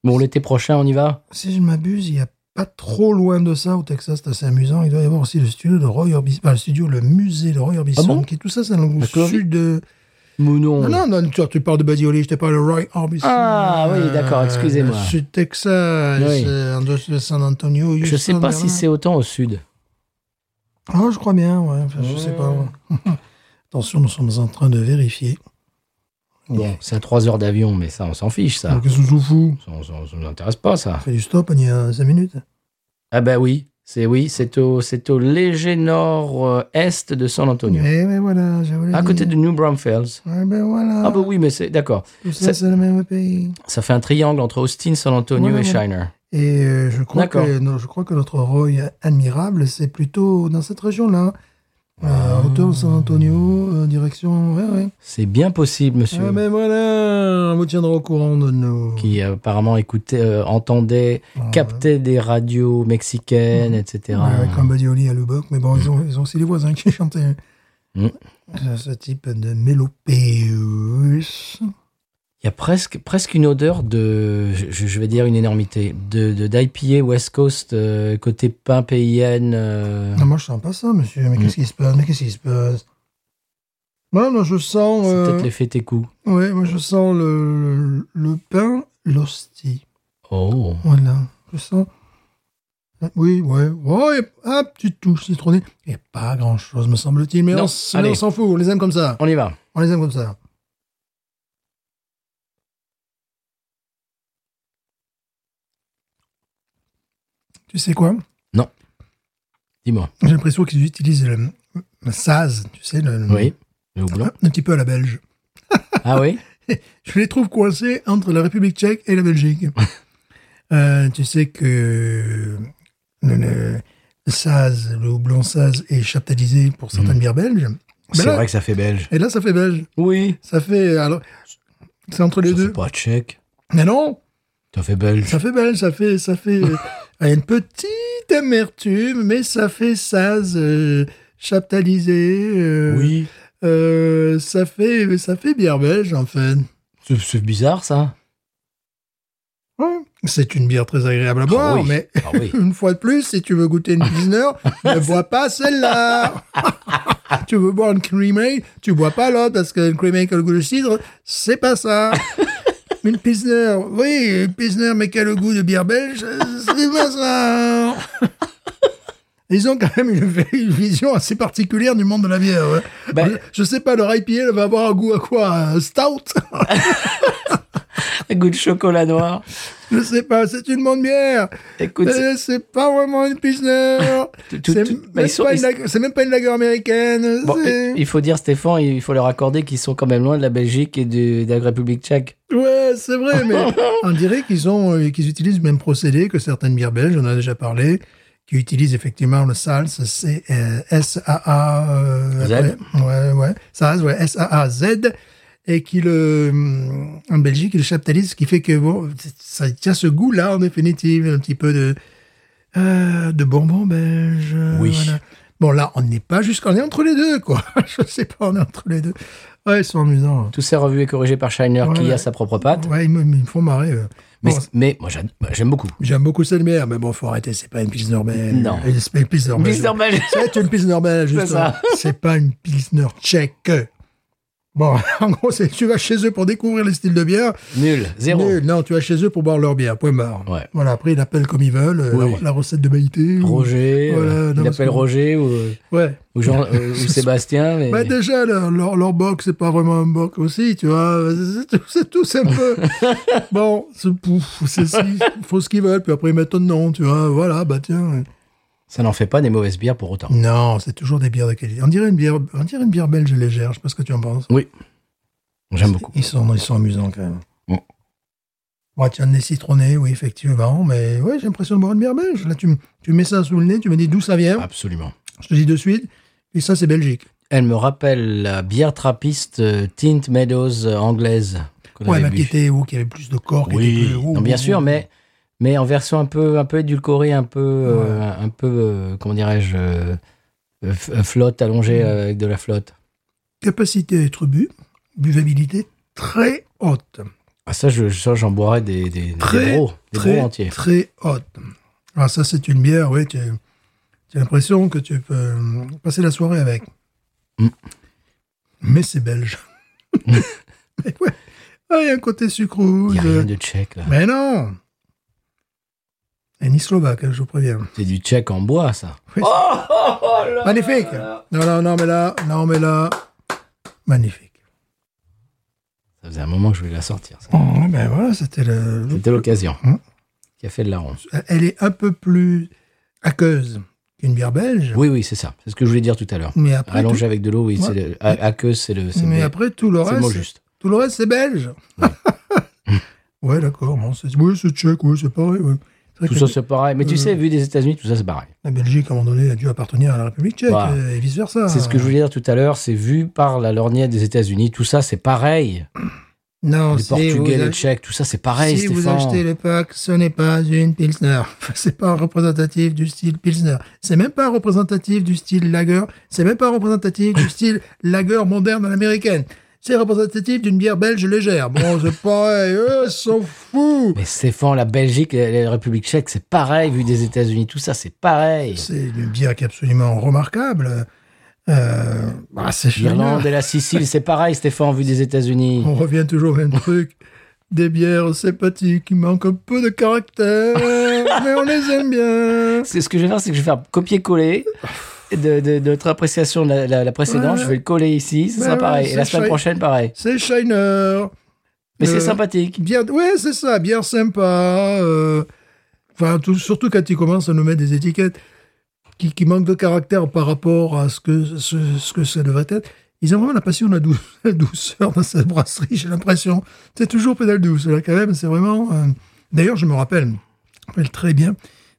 A: Bon, l'été prochain, on y va
B: si je m'abuse, il y a pas trop loin de ça, au Texas, c'est assez amusant. Il doit y avoir aussi le studio de Roy Orbison, enfin, le studio, le musée de Roy Orbison,
A: Ah bon
B: qui tout ça, c'est dans le
A: D'accord.
B: sud de.
A: Mou-
B: Non, non, non, tu, tu parles de Buddy Holly, je te parle de Roy Orbison.
A: Ah, oui, d'accord, excusez-moi.
B: Le sud Texas,
A: Oui.
B: euh, en dessous de San Antonio.
A: Je
B: Houston,
A: sais pas si
B: Berlin.
A: c'est autant au sud.
B: Ah, je crois bien, ouais. Enfin, Je sais pas. ouais. <laughs> Attention, nous sommes en train de vérifier.
A: Bon, c'est à 3 heures d'avion, mais ça, on s'en fiche, ça.
B: Donc, qu'est-ce que je vous fous
A: Ça, on- ça, ça nous intéresse pas, ça.
B: Fais du stop, on y a 5 minutes.
A: Ah bah oui, c'est oui, c'est au, c'est au léger nord-est de San Antonio,
B: Eh ben voilà, je voulais
A: à côté de New Braunfels.
B: Eh ben voilà.
A: Ah bah oui, mais c'est d'accord.
B: Tout
A: c'est-
B: ça, c'est le même pays.
A: Ça fait un triangle entre Austin, San Antonio
B: Voilà,
A: et
B: voilà.
A: Shiner.
B: Et euh, je, crois
A: D'accord.
B: que, non, je crois que notre Roy admirable, c'est plutôt dans cette région-là. Euh, hauteur de San Antonio, euh, direction. Ouais, ouais.
A: C'est bien possible, monsieur,
B: Ah ben voilà, on vous tiendra au courant de nos.
A: qui euh, apparemment écoutait, euh, entendait,
B: Ah Ouais.
A: captait des radios mexicaines, etc.
B: Ouais, avec un Buddy Holly à Lubbock, mais bon, ils, ont, ils ont aussi les voisins qui chantaient.
A: Mm.
B: Euh, Ce type de mélopéus.
A: Il y a presque, presque une odeur de, je, je vais dire une énormité, de de- d'IPA West Coast, euh, côté pain payenne. euh,
B: Non, Ah, moi, je sens pas ça, monsieur. Mais
A: Mm.
B: qu'est-ce qui se passe Mais qu'est-ce qui se passe Moi, non, je sens.
A: c'est
B: euh,
A: peut-être l'effet Técou.
B: Ouais, moi, je sens le, le pain, l'hostie.
A: Oh.
B: Voilà, je sens. Oui, ouais, ouais, un petit touche citronnée. Et pas grand-chose, me semble-t-il. Mais
A: Non,
B: on s- mais
A: allez.
B: on s'en fout, on les aime comme ça.
A: On y va.
B: On les aime comme ça. Tu sais quoi
A: Dis-moi.
B: J'ai l'impression qu'ils utilisent le, le saz, tu sais, le, le-
A: Oui. Le
B: <laughs>
A: houblon.
B: un petit peu à la belge.
A: Ah oui
B: Je les trouve coincés entre la République tchèque et la Belgique. Euh, tu sais que le, le, le saz, le houblon saz est chaptalisé pour certaines bières belges. Mais là-
A: Mm. que ça fait belge.
B: Et là, ça fait belge.
A: Oui.
B: Ça fait. Alors, c'est entre les
A: ça
B: deux.
A: fait pas tchèque.
B: Mais non,
A: Ça fait belge.
B: ça fait belge, ça fait. Ça fait euh, une petite amertume, mais ça fait saz, euh, chaptalisé. euh,
A: Oui.
B: euh, ça, fait, ça fait bière belge, en fait.
A: C'est- C'est bizarre, ça.
B: Ouais. C'est une bière très agréable à boire,
A: ah, oui.
B: mais
A: Ah
B: <laughs>
A: oui.
B: une fois de plus, si tu veux goûter une Pilsner, ne bois pas celle-là. tu veux boire une Cream Ale, tu bois pas l'autre parce qu'une Cream Ale qui a le goût de cidre, c'est pas ça. une Pilsner, oui, une Pilsner mais qui a le goût de bière belge, c'est pas ça. Ils ont quand même une, une vision assez particulière du monde de la bière. ouais.
A: Ben-
B: je, je sais pas, leur IPA elle va avoir un goût à quoi un Stout
A: Goût de chocolat noir.
B: Je sais pas, c'est une bonne bière.
A: Écoute, c'est-
B: Euh, c'est pas vraiment une pilsner.
A: Tout- tout-
B: C'est
A: tout-
B: même,
A: bah, ils sont-
B: pas
A: ils-
B: une lager- c'est même pas une lager américaine.
A: bon,
B: c'est-
A: il faut dire, Stéphane, il faut leur accorder qu'ils sont quand même loin de la Belgique et de, de la République tchèque.
B: Ouais, c'est vrai,
A: <laughs>
B: mais on dirait qu'ils ont, euh, qu'ils utilisent le même procédé que certaines bières belges, on en a déjà parlé, qui utilisent effectivement le SALS, c'est euh, S-A-A, euh,
A: Z.
B: après- ouais, ouais, SALS, ouais, S-A-A-Z, et qui le, hum, en Belgique, ils le chaptalisent, ce qui fait que bon, c'est- ça tient ce goût-là, en définitive, un petit peu de, euh, de bonbon belge. euh,
A: Oui.
B: voilà. Bon, là, on n'est pas jusqu'en, on est entre les deux, quoi. <laughs> Je sais pas, on est entre les deux. Ouais, ils sont amusants. hein.
A: Tout ça revu et corrigé par Shiner
B: Ouais,
A: qui
B: ouais.
A: a sa propre patte.
B: Ouais, ils me, ils me font marrer. euh.
A: Mais,
B: Bon,
A: mais moi, j'ad- bah, j'aime beaucoup.
B: J'aime beaucoup cette bière, mais bon, faut arrêter, c'est pas une Pilsner belge.
A: Non.
B: Euh, C'est pas une Pilsner belge.
A: Mister Belge.
B: C'est une Pilsner belge,
A: C'est
B: justement.
A: ça.
B: <laughs> C'est pas une Pilsner tchèque. Bon, <laughs> en gros, c'est tu vas chez eux pour découvrir les styles de bière.
A: Nul. Zéro.
B: Nul. Non, tu vas chez eux pour boire leur bière, point barre.
A: Ouais.
B: Voilà, après, ils l'appellent comme ils veulent, euh,
A: Oui.
B: la, la recette de Maïté. ou-
A: Roger.
B: Hmm. Voilà,
A: euh,
B: non,
A: il
B: parce
A: appelle
B: que-
A: Roger ou,
B: Ouais.
A: ou
B: <laughs>
A: Jean, euh, ou Sébastien. Mais...
B: Bah, déjà, leur, leur, leur box, c'est pas vraiment un box aussi, tu vois. C'est tout, c'est tout, c'est un
A: <laughs>
B: peu. bon, c'est pouf, c'est si, faut ce qu'ils veulent, puis après, ils mettent un nom, tu vois. Voilà, bah tiens.
A: Ça n'en fait pas des mauvaises bières pour autant.
B: Non, c'est toujours des bières de qualité. On dirait une bière, on dirait une bière belge légère. Je sais pas ce que tu en penses. Hmm.
A: J'aime beaucoup.
B: Ils sont, ils sont amusants quand même.
A: Mm.
B: Ouais, tiens, des citronnés, oui, effectivement. Mais ouais, j'ai l'impression de boire une bière belge. Là, tu, me- tu mets ça sous le nez, tu me dis d'où ça vient.
A: Absolument.
B: Je te dis de suite. Et ça, c'est Belgique.
A: Elle me rappelle la bière trappiste euh, Tint Meadows euh, anglaise. qu'on
B: Ouais,
A: avait
B: mais
A: bu.
B: qui était, oh, qui avait plus de corps. qui était
A: Oui,
B: plus- oh,
A: non, bien
B: oh,
A: sûr,
B: oh.
A: mais, mais en version un peu, un peu édulcorée, un peu, euh, un peu euh, comment dirais-je, euh, euh, f- euh, flotte, allongée
B: Mm.
A: euh, avec de la flotte.
B: Capacité à être bu, buvabilité très haute.
A: Ah, ça, je- ça, j'en boirais des, des, des
B: Très,
A: bros, des
B: très,
A: bros entiers.
B: très haute. Ah, ça, c'est une bière, oui. Tu, tu as l'impression que tu peux euh, passer la soirée avec.
A: Mm.
B: Mais c'est
A: <laughs>
B: belge. Mais ouais. Ah, il y a un côté
A: Il
B: sucrose.
A: n'y a rien de tchèque là.
B: Mais non Et ni slovaque, hein, je vous préviens.
A: C'est du tchèque en bois, ça.
B: Oui. Magnifique Non, non, non, mais là, non, mais là, magnifique.
A: Ça faisait un moment que je voulais la sortir. ça.
B: Oh, ben voilà, c'était le...
A: C'était l'occasion.
B: Mm.
A: Café de la ronde.
B: Elle est un peu plus aqueuse qu'une bière belge.
A: Oui, oui, c'est ça. C'est ce que je voulais dire tout à l'heure.
B: Mais après,
A: Allongé
B: Mm. tout,
A: avec de l'eau, oui. c'est le- à- Aqueuse, c'est le. C'est
B: mais
A: le-
B: après, tout le
A: c'est le mot
B: reste,
A: juste.
B: tout le reste, c'est belge. <laughs> ouais, d'accord. bon, c'est- oui, c'est tchèque, oui, c'est pareil. ouais. C'est vrai
A: Tout
B: que
A: ça, c'est pareil. Mais tu
B: Euh,
A: sais, vu des États-Unis, tout ça, c'est pareil.
B: la Belgique, à un moment donné, a dû appartenir à la République tchèque
A: Voilà.
B: euh, et vice-versa.
A: C'est ce que je voulais dire tout à l'heure. C'est vu par la lorgnette des États-Unis. Tout ça, c'est pareil.
B: Non,
A: Les
B: si vous
A: Portugais, les
B: ach-
A: Tchèques, tout ça, c'est pareil,
B: si vous
A: Stéphane.
B: achetez le pack, ce n'est pas une Pilsner. <laughs> C'est pas représentatif du style Pilsner. C'est même pas représentatif du style Lager. C'est même pas représentatif du style <laughs> Lager moderne à l'américaine. C'est représentatif d'une bière belge légère. Bon, c'est pareil. Eux s'en foutent.
A: Mais Stéphane, la Belgique, la, la République tchèque, c'est pareil. Vu des États-Unis, tout ça, c'est pareil.
B: C'est une bière qui est absolument remarquable. Euh, bah, c'est
A: L'Irlande
B: génial.
A: et la Sicile, c'est pareil, Stéphane, vu des États-Unis.
B: On revient toujours au même truc. Des bières sympathiques qui manquent un peu
A: <laughs>
B: de caractère, mais on les aime bien.
A: C'est ce que je vais faire, c'est que je vais faire copier-coller de, de- de notre appréciation de la, la- la précédente.
B: Ouais.
A: Je vais le coller ici, ce
B: Ouais,
A: sera
B: ouais,
A: pareil. Et
B: c'est
A: la semaine
B: chouette.
A: prochaine, pareil.
B: C'est Shiner.
A: Mais
B: Euh,
A: c'est sympathique.
B: Bière, ouais, c'est ça, bière sympa. euh, Enfin, tout- surtout quand ils commencent à nous mettre des étiquettes qui, qui manquent de caractère par rapport à ce que, ce, ce que ça devrait être. Ils ont vraiment la passion de la, dou- <laughs> la douceur dans cette brasserie, j'ai l'impression. C'est toujours pédale douce, là, quand même. C'est vraiment. euh, D'ailleurs, je me rappelle, je me rappelle très bien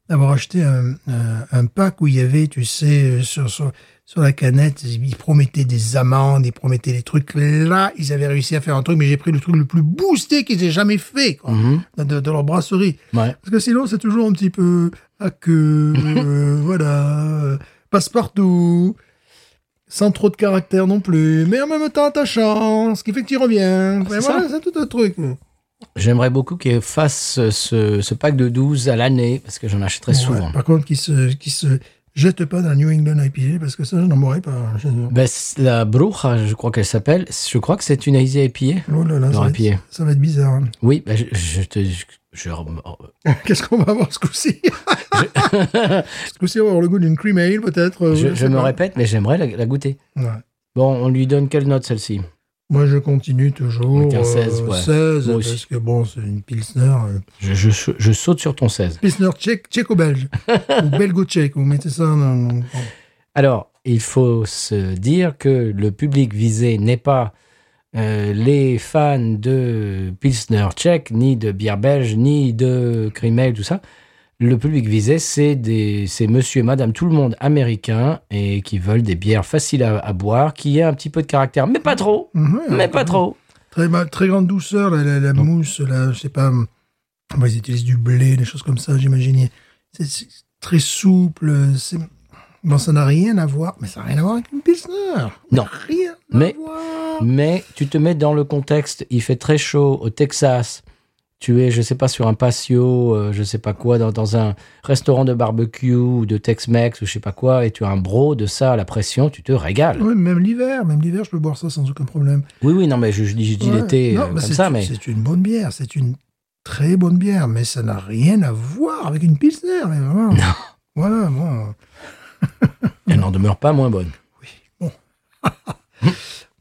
B: d'avoir acheté un, euh, un- un pack où il y avait, tu sais, euh, sur, sur, sur la canette, ils promettaient des amandes, ils promettaient des trucs. Là, ils avaient réussi à faire un truc, mais j'ai pris le truc le plus boosté qu'ils aient jamais fait quoi,
A: Mhm.
B: de, de leur brasserie.
A: Ouais.
B: Parce que sinon, c'est toujours un petit peu à
A: <laughs>
B: queue, euh, voilà, euh, passe-partout, sans trop de caractère non plus, mais en même temps attachant, ce qui fait que tu reviens.
A: Ah, c'est
B: Mais voilà, c'est tout un truc.
A: J'aimerais beaucoup qu'ils fassent ce, ce pack de 12 à l'année, parce que j'en achèterai
B: Bon,
A: souvent.
B: ouais. Par contre, qui se, qui se jette pas dans New England IPA parce que ça, je n'en boirais pas. Je-
A: Ben, c'est la Bruja, je crois qu'elle s'appelle, je crois que c'est une Easy IPA.
B: Oh là là,
A: Leur
B: ça, va
A: IPA.
B: être, ça va être bizarre. hein. <laughs>
A: Oui, ben, je, je te. Je, je-
B: Qu'est-ce qu'on va avoir ce coup-ci <laughs> Ce coup-ci, on va avoir le goût d'une cream ale, peut-être. euh,
A: je-
B: sais
A: je me
B: pas.
A: répète, mais j'aimerais la, la goûter.
B: Ouais.
A: Bon, on lui donne quelle note celle-ci
B: Moi, je continue toujours.
A: Donc, un 16, ouais.
B: 16,
A: Moi
B: parce
A: aussi.
B: que bon, c'est une pilsner. euh,
A: je, je- je saute sur ton 16.
B: pilsner tchèque,
A: <laughs>
B: tchéco-belge. ou belgo-tchèque. Vous mettez ça dans. dans-
A: Alors, il faut se dire que le public visé n'est pas euh, les fans de Pilsner tchèque, ni de bière belge, ni de Crimel, tout ça. Le public visé, c'est des- c'est monsieur et madame, tout le monde américain, et qui veulent des bières faciles à, à boire, qui aient un petit peu de caractère, mais pas trop,
B: Mhm,
A: mais pas trop.
B: Très, ma- très grande douceur, la, la- la mousse, la, je sais pas. bon, ils utilisent du blé, des choses comme ça, j'imagine. C'est c'est très souple. c'est- Bon, ça n'a rien à voir, mais ça n'a rien à voir avec une pilsner.
A: Non.
B: Rien
A: Mais-
B: à voir.
A: Mais tu te mets dans le contexte, il fait très chaud au Texas. Tu es, je sais pas, sur un patio, euh, je sais pas quoi, dans, dans un restaurant de barbecue ou de Tex-Mex ou je sais pas quoi, et tu as un bro de ça à la pression, tu te régales.
B: Oui, même l'hiver, même l'hiver, je peux boire ça sans aucun problème.
A: Oui, oui, non, mais je, je dis, je dis
B: Ouais.
A: l'été
B: Non,
A: euh,
B: bah,
A: comme
B: c'est
A: ça,
B: une-
A: mais
B: C'est une bonne bière, c'est une très bonne bière, mais ça n'a rien à voir avec une pilsner, mais vraiment. Voilà, bon.
A: elle n'en demeure pas moins
B: <laughs>
A: bonne.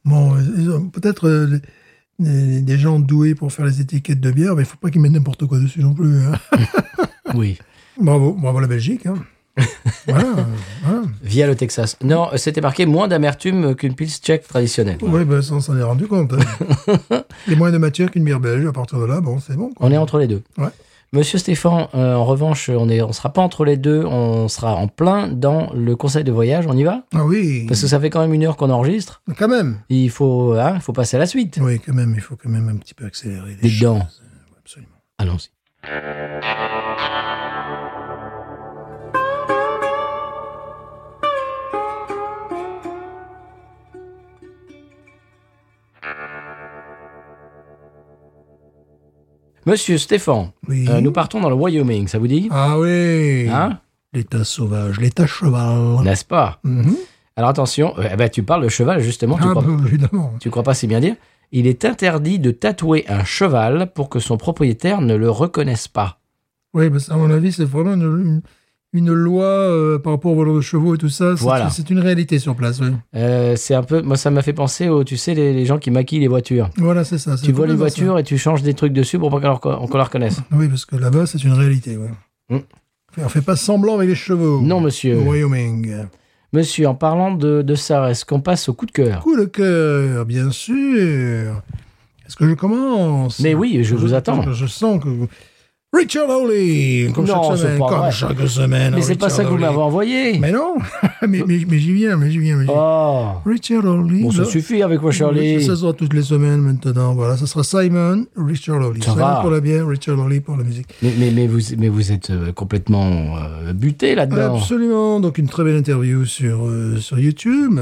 B: Bon, euh, ils ont peut-être euh, des des gens doués pour faire les étiquettes de bière, mais il faut pas qu'ils mettent n'importe quoi dessus non plus. hein.
A: Oui.
B: Bravo, bravo la
A: <laughs>
B: Belgique. hein. voilà, euh, voilà.
A: Via le Texas. Non, euh, c'était marqué moins d'amertume qu'une pils tchèque traditionnelle.
B: Oui, ben, ça, on s'en est rendu compte.
A: <laughs>
B: hein. Et moins de matière qu'une bière belge, à partir de là, bon, c'est bon. quoi.
A: On est entre les deux.
B: Ouais.
A: Monsieur Stéphane, euh, en revanche, on ne on sera pas entre les deux, on sera en plein dans le conseil de voyage, on y va
B: Ah oui,
A: Parce que ça fait quand même une heure qu'on enregistre.
B: quand même.
A: Il faut, hein, il faut passer à la suite.
B: Oui, quand même, il faut quand même un petit peu accélérer les
A: Dis donc.
B: choses. Ouais, Absolument.
A: Allons-y. Monsieur Stéphane,
B: Oui.
A: euh, nous partons dans le Wyoming, ça vous dit
B: Ah oui.
A: Hein
B: L'état sauvage, l'état cheval.
A: N'est-ce pas
B: Mhm.
A: Alors attention, euh, eh ben, tu parles de cheval justement, tu
B: Ah,
A: crois,
B: bah, évidemment.
A: tu crois pas si bien dire Il est interdit de tatouer un cheval pour que son propriétaire ne le reconnaisse pas.
B: Oui, parce qu'à mon avis, c'est vraiment une, une- une loi euh, par rapport au voleur de chevaux et tout ça. C'est
A: Voilà.
B: c'est une réalité sur place. oui.
A: Euh, c'est un peu, moi ça m'a fait penser aux, tu sais, les, les gens qui maquillent les voitures.
B: Voilà, c'est ça. c'est
A: Tu vois les
B: complètement ça.
A: voitures et tu changes des trucs dessus pour pas qu'on leur- qu'on la reconnaisse.
B: Oui, parce que là-bas, c'est une réalité. Ouais.
A: Mm.
B: On fait pas semblant avec les chevaux.
A: Non, euh, monsieur.
B: Au Wyoming.
A: Monsieur, en parlant de, de ça, est-ce qu'on passe au coup de cœur
B: Coup de cœur, bien sûr. Est-ce que je commence
A: Mais oui, je vous attends.
B: Je, je sens que vous- Richard Hawley, comme
A: Non,
B: chaque
A: c'est
B: semaine.
A: pas
B: comme
A: vrai.
B: chaque semaine.
A: Mais c'est pas
B: Richard
A: ça que vous
B: Hawley.
A: m'avez envoyé.
B: Mais non, <laughs> mais, mais, mais j'y viens, mais j'y viens. Mais j'y...
A: Oh.
B: Richard Hawley.
A: Bon, ça
B: le-
A: suffit avec moi,
B: Oui,
A: Charlie.
B: Ça sera toutes les semaines maintenant. Voilà, ça sera Simon, Richard Hawley.
A: Ça
B: Simon
A: va.
B: pour la bière, Richard Hawley pour la musique.
A: Mais, mais, mais vous, mais vous êtes euh, complètement euh, buté là-dedans.
B: Absolument. Donc une très belle interview sur euh, sur YouTube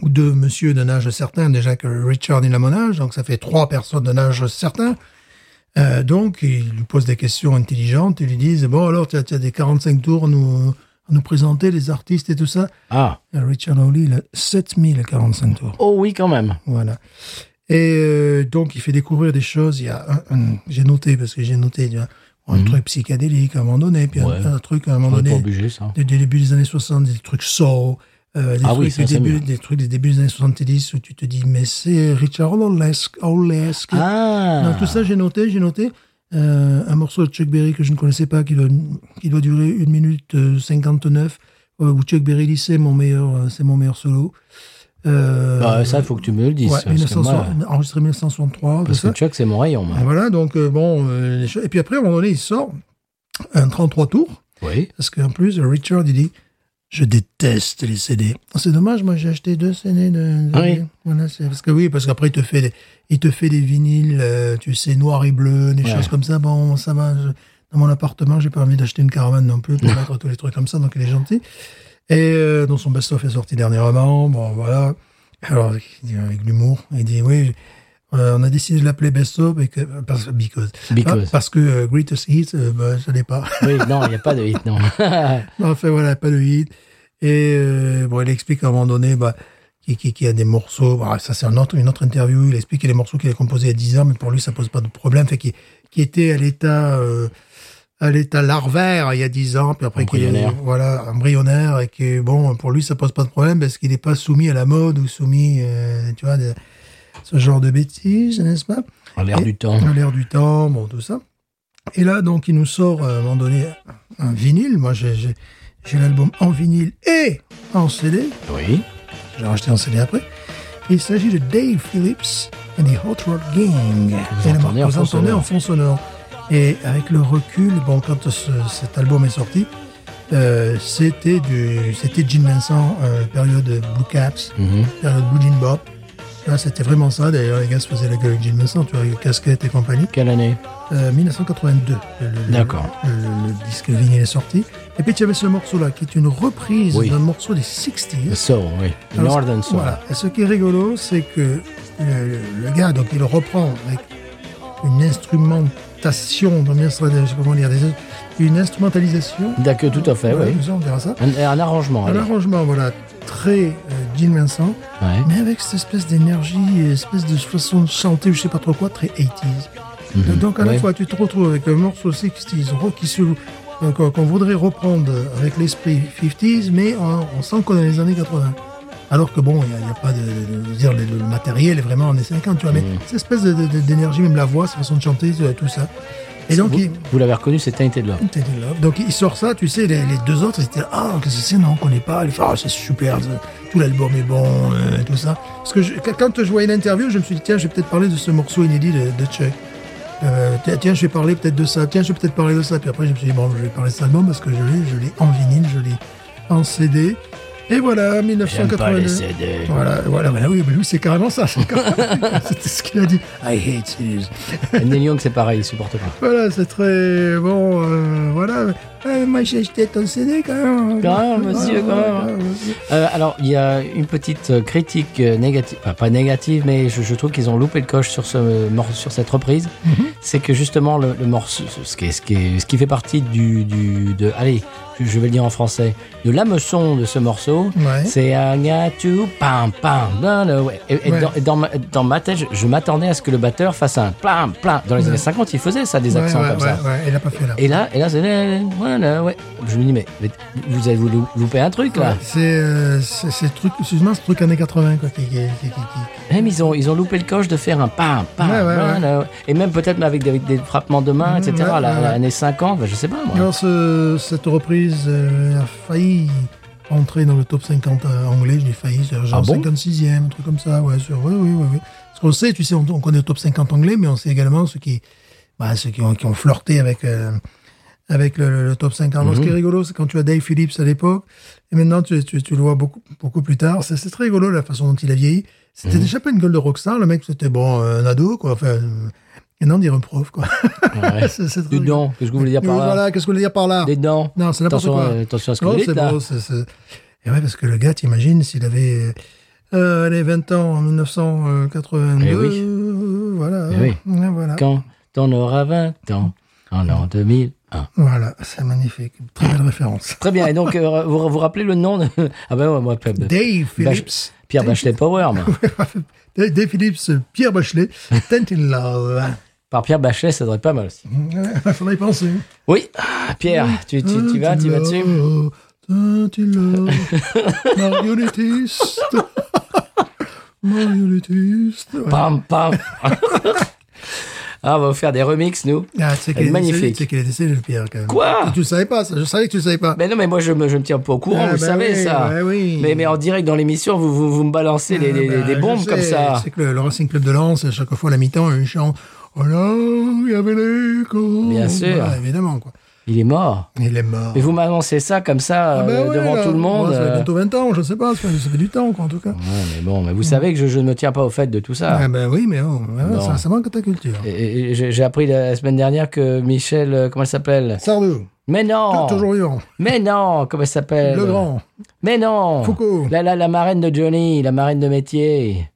B: où deux monsieur d'un âge certain déjà que Richard il a mon âge, donc ça fait trois personnes d'un âge certain. Euh, donc ils lui posent des questions intelligentes, ils lui disent bon alors tu as, tu as des 45 tours à nous à nous présenter les artistes et tout ça.
A: Ah,
B: Et Richard Hawley il a 7045 tours.
A: oh oui, quand même.
B: Voilà. Et euh, donc, il fait découvrir des choses. Il y a un, un- j'ai noté, parce que j'ai noté tu vois, un truc psychédélique à un moment donné, puis un-
A: Mhm. Ouais.
B: un, truc à un
A: On
B: moment
A: n'est pas
B: donné,
A: obligé, ça.
B: des, des débuts des années 60, des trucs soul, euh, des,
A: Ah
B: trucs
A: oui, ça,
B: du
A: c'est
B: début,
A: mieux.
B: des trucs des débuts des années 70 où tu te dis, mais c'est Richard Howlesque, Howlesque.
A: Ah
B: Non, tout ça, j'ai noté, j'ai noté. Euh, un morceau de Chuck Berry que je ne connaissais pas, qui doit, qui doit durer 1 minute euh, 59, euh, où Chuck Berry dit c'est mon meilleur, euh, c'est mon meilleur solo. Euh,
A: Bah, ça, il faut que tu me le dises.
B: Ouais,
A: parce que moi,
B: 1960 enregistré 1963. tout
A: parce que
B: ça.
A: Chuck, c'est mon rayon. moi.
B: Et voilà, donc euh, bon, euh, les choses- et puis après, à un moment donné, il sort un 33 tours,
A: Oui.
B: parce qu'en plus, Richard, il dit Je déteste les CD. C'est dommage, moi, j'ai acheté deux CD. De, de-
A: Ah Oui.
B: Voilà, c'est- parce que oui, parce qu'après, il te fait des, il te fait des vinyles, euh, tu sais, noirs et bleus, des
A: Ouais.
B: choses comme ça. Bon, ça va, je- dans mon appartement, j'ai pas envie d'acheter une caravane non
A: <laughs>
B: plus pour mettre tous les trucs comme ça, donc il est gentil. Et euh, dont son best-of est sorti dernièrement, bon, voilà. Alors, il dit avec l'humour, il dit Oui, euh, on a décidé de l'appeler best-of et que, parce, because.
A: Because.
B: Ah, parce que euh, Greatest Hits, euh, bah, ça n'est pas.
A: Oui, non, il n'y a pas de hit,
B: <laughs>
A: non.
B: Enfin voilà, pas de hit. Et euh, bon, il explique à un moment donné bah, qu'il qui, a des morceaux. Bah, ça, c'est un autre, une autre interview. Il explique qu'il y a des morceaux qu'il a composés à 10 ans, mais pour lui, ça pose pas de problème. Fait qu'il qui était à l'état. euh, à l'état larvaire il y a 10 ans, puis après qu'il est
A: Embryonnaire.
B: voilà, embryonnaire, et que bon, pour lui, ça pose pas de problème parce qu'il n'est pas soumis à la mode ou soumis, euh, tu vois, de- ce genre de bêtises, n'est-ce pas
A: En l'air
B: Et-
A: du temps.
B: dans l'air du temps, bon, tout ça. Et là, donc, il nous sort euh, à un moment donné un vinyle. Moi, j'ai- j'ai j'ai l'album en vinyle et en CD.
A: Oui.
B: Je l'ai racheté en CD après. Il s'agit de Dave Phillips and the Hot Rod Gang.
A: Vous
B: Et
A: entendez
B: la marque,
A: en
B: vous
A: fond
B: entendez
A: sonore.
B: en fond sonore. Et avec le recul, bon, quand ce- cet album est sorti, euh, c'était du, c'était Gene Vincent, euh, période Blue Caps,
A: Mhm.
B: période Blue Jean Bob. Tu vois, C'était vraiment ça. D'ailleurs, les gars se faisaient la gueule avec Gene Vincent, tu vois, avec casquette et compagnie.
A: Quelle année
B: Euh, 1982. le- le-
A: D'accord.
B: Le, le- le disque vinyle est sorti. Et puis tu avais ce morceau-là qui est une reprise
A: Oui.
B: d'un morceau des 60s.
A: Le Soul, oui. Le
B: Alors,
A: Northern Soul.
B: Voilà. Et ce qui est rigolo, c'est que euh, le, gars, donc il reprend avec une instrumentation, dans bien, je sais pas comment dire, des- une instrumentalisation.
A: D'accord, tout à fait,
B: Voilà,
A: oui.
B: nous, On verra ça.
A: Un, un arrangement,
B: Un
A: allez.
B: arrangement, voilà, très euh, Gene Vincent,
A: Ouais.
B: mais avec cette espèce d'énergie, espèce de façon de chanter, je sais pas trop quoi, très 80s.
A: Mhm.
B: Donc à la
A: Ouais.
B: fois, tu te retrouves avec un morceau 60s rock qui se- euh, qu'on qu'on voudrait reprendre avec l'esprit 50s, mais on, on sent qu'on est dans les années 80. Alors que bon, il n'y a, il y a pas de, de- de- de dire le, le matériel est vraiment années 50, tu vois, mais
A: Mhm.
B: cette espèce de- de- de- d'énergie, même la voix, sa façon de chanter, euh, tout ça. Et donc, il,
A: Vous l'avez reconnu, c'est Tainted Love.
B: Ted and Love. donc il sort ça, tu sais, les, les deux autres, ils étaient là, ah, qu'est-ce que c'est, non, on connaît pas, ils font, ah, c'est super, ça, tout l'album est bon, euh, tout ça. Parce que je- quand je voyais l'interview, je me suis dit, tiens, je vais peut-être parler de ce morceau inédit de, de Chuck. Euh, tiens, tiens, je vais parler peut-être de ça, tiens, je vais peut-être parler de ça. Puis après, je me suis dit, bon, je vais parler de cet album parce que je l'ai, je l'ai en vinyle, je l'ai en CD. Et voilà, 1982.
A: CD.
B: Voilà, voilà, voilà, oui, mais lui, c'est carrément ça. c'est carrément- C'était ce qu'il a dit. I hate CDs.
A: Neil Young, c'est pareil, il supporte pas.
B: Voilà, c'est très bon. euh, voilà. Eh, moi, j'ai acheté ton CD quand même.
A: Quand même, monsieur, quand même. Euh, alors, il y a une petite euh, critique euh, négative, enfin, pas négative, mais je, je trouve qu'ils ont loupé le coche sur, ce, mor- sur cette reprise.
B: Mhm.
A: C'est que justement, le, le morceau, ce qui, est- ce, qui est- ce qui fait partie du, du de, allez, je- je vais le dire en français, de l'ameçon de ce morceau,
B: Ouais.
A: c'est un gâteau, pam, pam, da, da, ouais. Et, et
B: Ouais.
A: Dans, et dans ma, dans ma tête, je, je m'attendais à ce que le batteur fasse un plam, plam. Dans les
B: Ouais.
A: années 50, il faisait ça, des
B: Ouais,
A: accents
B: ouais,
A: comme
B: ouais,
A: ça.
B: ouais, il a pas fait là.
A: Et là, et là, c'est voilà, ouais. Je me dis mais mais vous avez voulu louper un truc là.
B: Ouais, C'est euh, c'est- c'est truc, excuse-moi, ce truc années 80 quoi, qui, qui, qui- qui- qui-
A: Même ils ont ils ont loupé le coche de faire un pam pam.
B: Ouais, ouais,
A: voilà. Et même peut-être avec des, avec des frappements de main,
B: Mhm,
A: etc.
B: ouais,
A: la,
B: ouais,
A: la
B: ouais.
A: année 50, ben, je sais pas moi.
B: Alors ce- cette reprise euh, a failli entrer dans le top 50 anglais, j'ai failli, c'est genre
A: Ah bon
B: 56e, un truc comme ça, ouais, sur, oui, oui, oui, oui. Parce qu'on sait, tu sais, on, on connaît le top 50 anglais, mais on sait également ceux qui, bah, ceux qui ont, qui ont flirté avec euh, avec le, le- le top 50. Alors, Ce
A: Mhm.
B: qui est rigolo, c'est quand tu as Dave Phillips à l'époque, et maintenant tu, tu, tu le vois beaucoup, beaucoup plus tard. C'est c'est très rigolo la façon dont il a vieilli.
A: Mhm.
B: C'était déjà pas une gueule de rockstar, le mec c'était bon, euh, un ado, quoi. Enfin, euh, et non, dire un prof, quoi. <laughs>
A: Ouais.
B: C'est- c'est très
A: Dis donc, qu'est-ce que vous voulez dire
B: rigolo.
A: par là
B: Euh, Voilà, qu'est-ce que vous voulez dire par là
A: Des dents.
B: Non, c'est n'importe
A: Attention,
B: quoi.
A: euh, attention à ce que
B: Non,
A: vous dites
B: c'est
A: là.
B: bon, c'est- c'est- Et ouais, parce que le gars, t'imagines, s'il avait euh, les 20 ans en 1982,
A: Eh oui.
B: euh, voilà.
A: Eh oui.
B: Ouais, voilà.
A: Quand t'en auras 20 ans en l'an 2001.
B: Voilà, c'est magnifique. Très belle référence.
A: Très bien. Et donc euh, vous vous rappelez le nom de... <laughs> Ah ben ouais, moi
B: Dave
A: Bah, je-
B: Phillips.
A: Pierre Bachelet Power. moi.
B: Dave Dave Phillips,
A: <laughs>
B: Pierre Bachelet, Tent in Love.
A: Par Pierre Bachelet, ça devrait être pas mal aussi.
B: Ouais, faudrait y penser.
A: Oui, Ah, Pierre, tu, tu, tu vas, tu vas dessus.
B: Tent in Love,
A: <laughs>
B: <laughs> marionnettiste. Marionnettiste. Ouais.
A: Pam, pam. <laughs> ah, on va vous faire des remixes, nous.
B: Ah,
A: Elle est
B: tu sais qu'il est décédé,
A: magnifique.
B: tu sais qu'il est décédé, le Pierre, quand même.
A: Quoi
B: Et Tu le savais pas, ça. Je savais que tu le savais pas.
A: Mais non, mais moi, je me, je me tiens pas au courant,
B: Ah,
A: vous
B: bah
A: savez
B: oui,
A: ça.
B: bah oui.
A: mais, mais en direct dans l'émission, vous, vous, vous me balancez des, des-
B: Ah, bah,
A: des bombes
B: je sais,
A: comme ça.
B: C'est que le, le Racing Club de Lens, à chaque fois, à la mi-temps, il chante Oh là, il y avait les cons.
A: Bien sûr.
B: Voilà, évidemment, quoi.
A: Il est mort.
B: Il est mort.
A: Mais vous m'annoncez ça comme ça
B: Ah, bah
A: euh,
B: ouais,
A: devant
B: là,
A: tout le monde.
B: moi, ça fait
A: euh,
B: bientôt 20 ans, je sais pas, ça fait, ça fait du temps, quoi, en tout cas.
A: ouais, mais bon, mais vous savez que je, je ne me tiens pas au fait de tout ça.
B: Ah, bah oui, mais oh, ouais,
A: Non.
B: ça, ça manque à ta culture.
A: Et- et- et J'ai j'ai appris la semaine dernière que Michel, euh, comment elle s'appelle
B: Sardou,
A: Mais non
B: toujours vivant.
A: Mais non Comment elle s'appelle
B: Legrand,
A: Mais non
B: Foucault,
A: Eh ben, oh. La, la, la marraine de Johnny, la marraine de métier.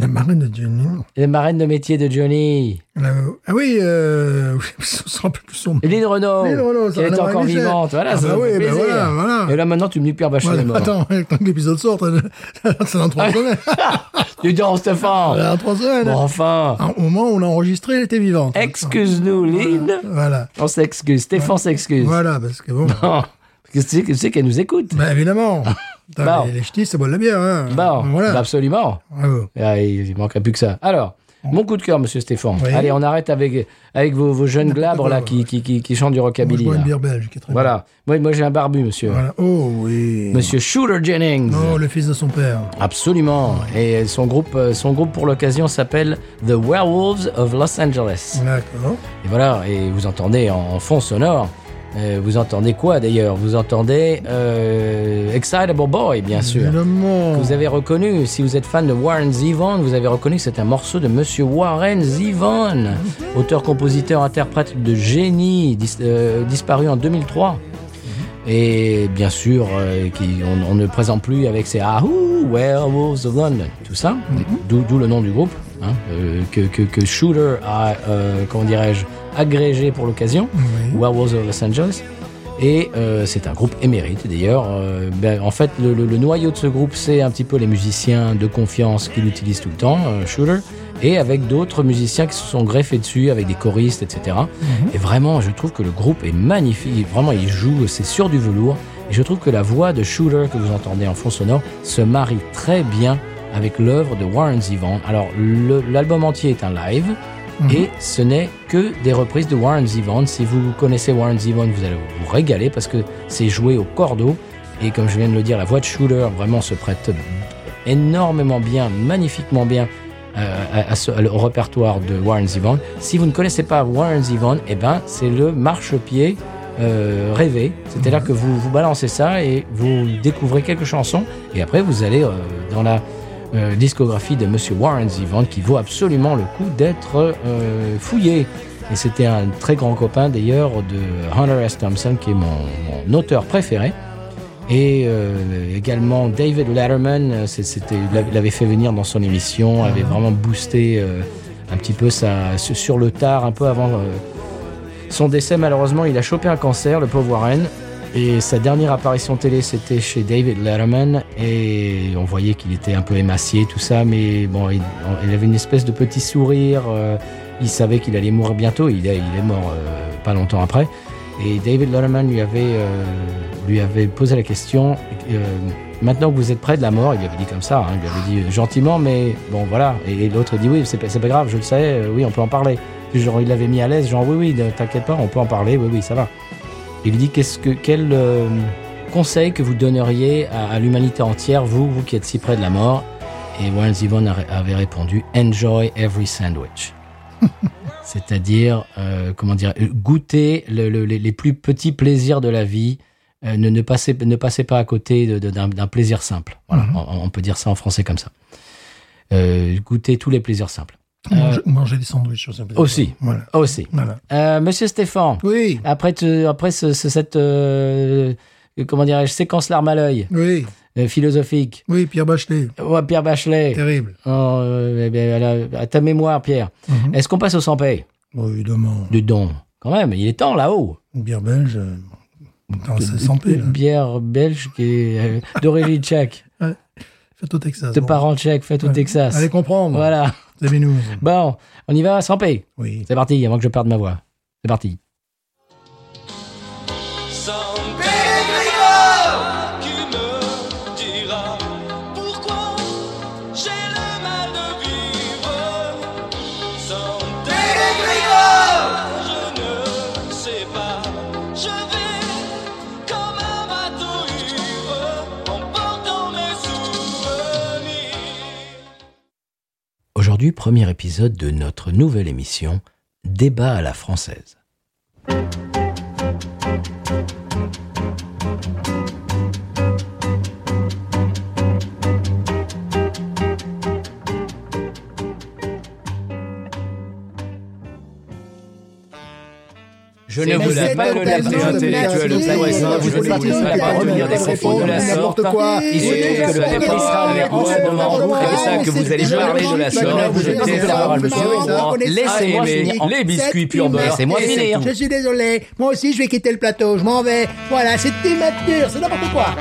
B: la marraine de Johnny.
A: La marraine de métier de Johnny.
B: La- Ah oui, euh, <laughs> on se rappelle plus son nom.
A: Lynn Renault.
B: Lynn Renaud,
A: Qui
B: ça,
A: est
B: Anna-Marie
A: Oh, encore
B: Michel.
A: vivante. Voilà,
B: Ah
A: ça
B: bah
A: me
B: oui,
A: fait
B: bah
A: plaisir.
B: voilà, voilà.
A: Et là, maintenant, tu me dis Pierre Bachelet est
B: Voilà,
A: mort.
B: attends, <laughs> le temps que l'épisode sorte, c'est dans trois semaines.
A: Dis donc, oh, Stéphane.
B: Dans trois semaines.
A: Ah, Bon, enfin.
B: Au moment où on a enregistré, elle était vivante.
A: Excuse-nous, Lynn.
B: Voilà.
A: On s'excuse. Stéphane s'excuse.
B: Voilà, parce que bon.
A: Oh, <laughs> parce que tu sais, tu sais qu'elle nous écoute.
B: bah évidemment. Putain,
A: Bon.
B: Les, les ch'tis, ça boit de la bière. Hein.
A: Bon, bah,
B: Voilà.
A: absolument.
B: Bravo.
A: Ah, il il manquerait plus que ça. Alors, mon coup de cœur, monsieur Stéphane.
B: Oui.
A: Allez, on arrête avec, avec vos, vos jeunes glabres là,
B: quoi,
A: qui,
B: ouais.
A: qui, qui, qui chantent du
B: Moi, je
A: rockabilly.
B: bois
A: là.
B: une bière belge qui est très
A: Voilà. Moi, moi j'ai un barbu, monsieur.
B: bonne. Voilà. Oh oui.
A: Monsieur Shooter Jennings.
B: Oh, le fils de son père.
A: Absolument. Et son groupe, euh, son groupe pour l'occasion s'appelle The Werewolves of Los Angeles.
B: D'accord.
A: Et voilà, et vous entendez en, en fond sonore, euh, vous entendez quoi d'ailleurs Vous entendez euh, Excitable Boy, bien sûr.
B: Évidemment.
A: que Vous avez reconnu, si vous êtes fan de Warren Zevon, vous avez reconnu que c'est un morceau de Monsieur Warren Zevon, auteur, compositeur, interprète de génie, dis- euh, disparu en 2003. Et bien sûr, euh, qui, on, on ne présente plus avec ses Ah, Ahoo, Werewolves of London, tout ça, d'où d'où le nom du groupe, hein, euh, que, que, que Shooter a, euh, comment dirais-je, agrégé pour l'occasion.
B: Oui.
A: Werewolves of Los Angeles. Et euh, c'est un groupe émérite d'ailleurs. Euh, ben, en fait, le, le- le noyau de ce groupe, c'est un petit peu les musiciens de confiance qui l'utilisent tout le temps, euh, Shooter, et avec d'autres musiciens qui se sont greffés dessus, avec des choristes, etc. Et vraiment, je trouve que le groupe est magnifique. Vraiment, il joue, c'est sur du velours. Et je trouve que la voix de Shooter que vous entendez en fond sonore se marie très bien avec l'œuvre de Warren Zevon. Alors, le- l'album entier est un live.
B: Mhm.
A: Et ce n'est que des reprises de Warren Zevon. Si vous connaissez Warren Zevon, vous allez vous régaler parce que c'est joué au cordeau. Et comme je viens de le dire, la voix de Shooter vraiment se prête énormément bien, magnifiquement bien euh, à- à ce- au répertoire de Warren Zevon. Si vous ne connaissez pas Warren Zevon, eh ben, c'est le marchepied euh, rêvé. C'est-à-dire que vous, vous balancez ça et vous découvrez quelques chansons et après vous allez euh, dans la euh, discographie de Monsieur Warren Zevon qui vaut absolument le coup d'être euh, fouillé. Et c'était un très grand copain d'ailleurs de Hunter S. Thompson, qui est mon, mon auteur préféré. Et euh, également David Letterman, euh, c'est- c'était- il l'avait fait venir dans son émission, avait vraiment boosté euh, un petit peu sa, su- sur le tard, un peu avant euh, son décès. Malheureusement, il a chopé un cancer, le pauvre Warren. Et sa dernière apparition télé, c'était chez David Letterman. Et on voyait qu'il était un peu émacié, tout ça. Mais bon, il, il avait une espèce de petit sourire. euh, il savait qu'il allait mourir bientôt. Il, est- il est mort euh, pas longtemps après. Et David Letterman lui avait, euh, lui avait posé la question euh, Maintenant que vous êtes près de la mort, il lui avait dit comme ça, hein, il lui avait dit euh, gentiment, mais bon voilà. Et, et l'autre dit Oui, c'est pas, c'est pas grave, je le sais, euh, oui, on peut en parler. Genre, il l'avait mis à l'aise, genre Oui, oui, ne t'inquiète pas, on peut en parler, oui, oui, ça va. Il lui dit Qu'est-ce que, Quel euh, conseil que vous donneriez à, à l'humanité entière, vous, vous qui êtes si près de la mort Et Warren Zevon a- avait répondu Enjoy every sandwich. C'est-à-dire, euh, comment dire, euh, goûter le- le- les, les plus petits plaisirs de la vie. euh, ne, ne, passez, ne passez pas à côté de- de- d'un d'un plaisir simple. Voilà,
B: Mhm.
A: on, on peut dire ça en français comme ça. Euh, goûter tous les plaisirs simples. Euh,
B: Manger, manger des sandwichs aussi.
A: aussi.
B: Voilà.
A: Aussi.
B: voilà.
A: Euh, Monsieur Stéphane,
B: Oui,
A: après, te- après ce- ce- cette euh, comment dirais-je, séquence larme à l'œil
B: oui,
A: euh, philosophique,
B: oui, Pierre Bachelet,
A: Ouais, Pierre Bachelet,
B: terrible.
A: Oh, euh, eh bien, à, la- à ta mémoire, Pierre,
B: Mhm.
A: est-ce qu'on passe au sans paye
B: Bon, évidemment,
A: Du don, quand même, il est temps là-haut.
B: une bière belge, euh, attends, c'est sans paix, là.
A: Une bière belge qui est euh,
B: <laughs>
A: d'origine tchèque,
B: Faites au Texas.
A: de
B: bon.
A: parents tchèques, faite au
B: Ouais.
A: Texas.
B: Allez comprendre.
A: Voilà.
B: C'est nous.
A: Bon, on y va, sans paye.
B: Oui.
A: C'est parti, avant que je perde ma voix. C'est parti.
D: Sans bégrillard qui me dira pourquoi j'ai le mal de vivre. Sans bégrillard, je ne sais pas. Je vais comme un bateau ivre en portant mes souvenirs.
A: Aujourd'hui, premier épisode de notre nouvelle émission Débat à la française. Je ne
B: Mais
A: voulais
B: c'est
A: pas
B: pas
A: que
B: la
A: la
B: raison
A: prise intellectuelle
B: de
A: au pur et simple,
B: la raison
A: je
B: de
A: ne
B: la
A: voulais
B: raison
A: pas
B: de
A: revenir
B: la
A: des propos de la
B: raison de
A: sorte.
B: n'importe quoi.
A: Il se trouve que le réplique sera avec moi au moment où, comme ça, que vous allez parler de la sorte, vous jetez la
E: Ah,
A: parole de
E: Laurent.
A: Laissez-moi finir.
E: les biscuits pur beurre.
A: Laissez-moi
E: Et c'est
A: finir.
E: tout. Je suis désolé. Moi aussi, je vais quitter le plateau. Je m'en vais. Voilà, c'est immature. C'est n'importe quoi.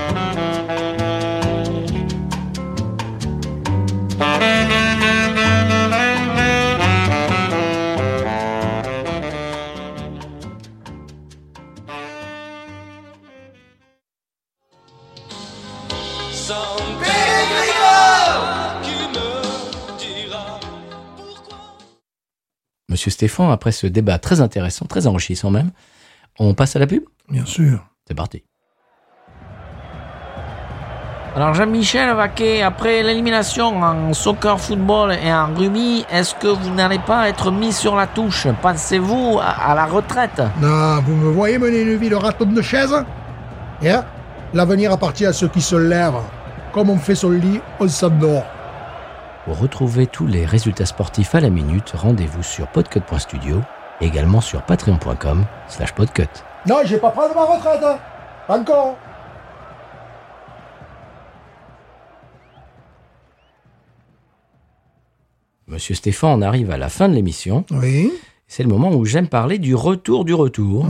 D: Sans bégrillard qui me dira pourquoi.
A: Monsieur Stéphane, après ce débat très intéressant, très enrichissant même, on passe à la pub
B: Bien sûr.
A: C'est parti.
F: Alors Jean-Michel Vaquet, après l'élimination en soccer, football et en rugby, est-ce que vous n'allez pas être mis sur la touche Pensez-vous à, à la retraite
B: Non, vous me voyez mener une vie de râteau de chaise Hein L'avenir appartient à ceux qui se lèvent. Comme on fait son lit, on s'endort.
A: Pour retrouver tous les résultats sportifs à la minute, rendez-vous sur podcut.studio, également sur patreon.com slash podcut.
B: Non, j'ai pas pris de ma retraite. hein. Encore.
A: Monsieur Stéphane, on arrive à la fin de l'émission.
B: Oui.
A: C'est le moment où j'aime parler du retour du retour.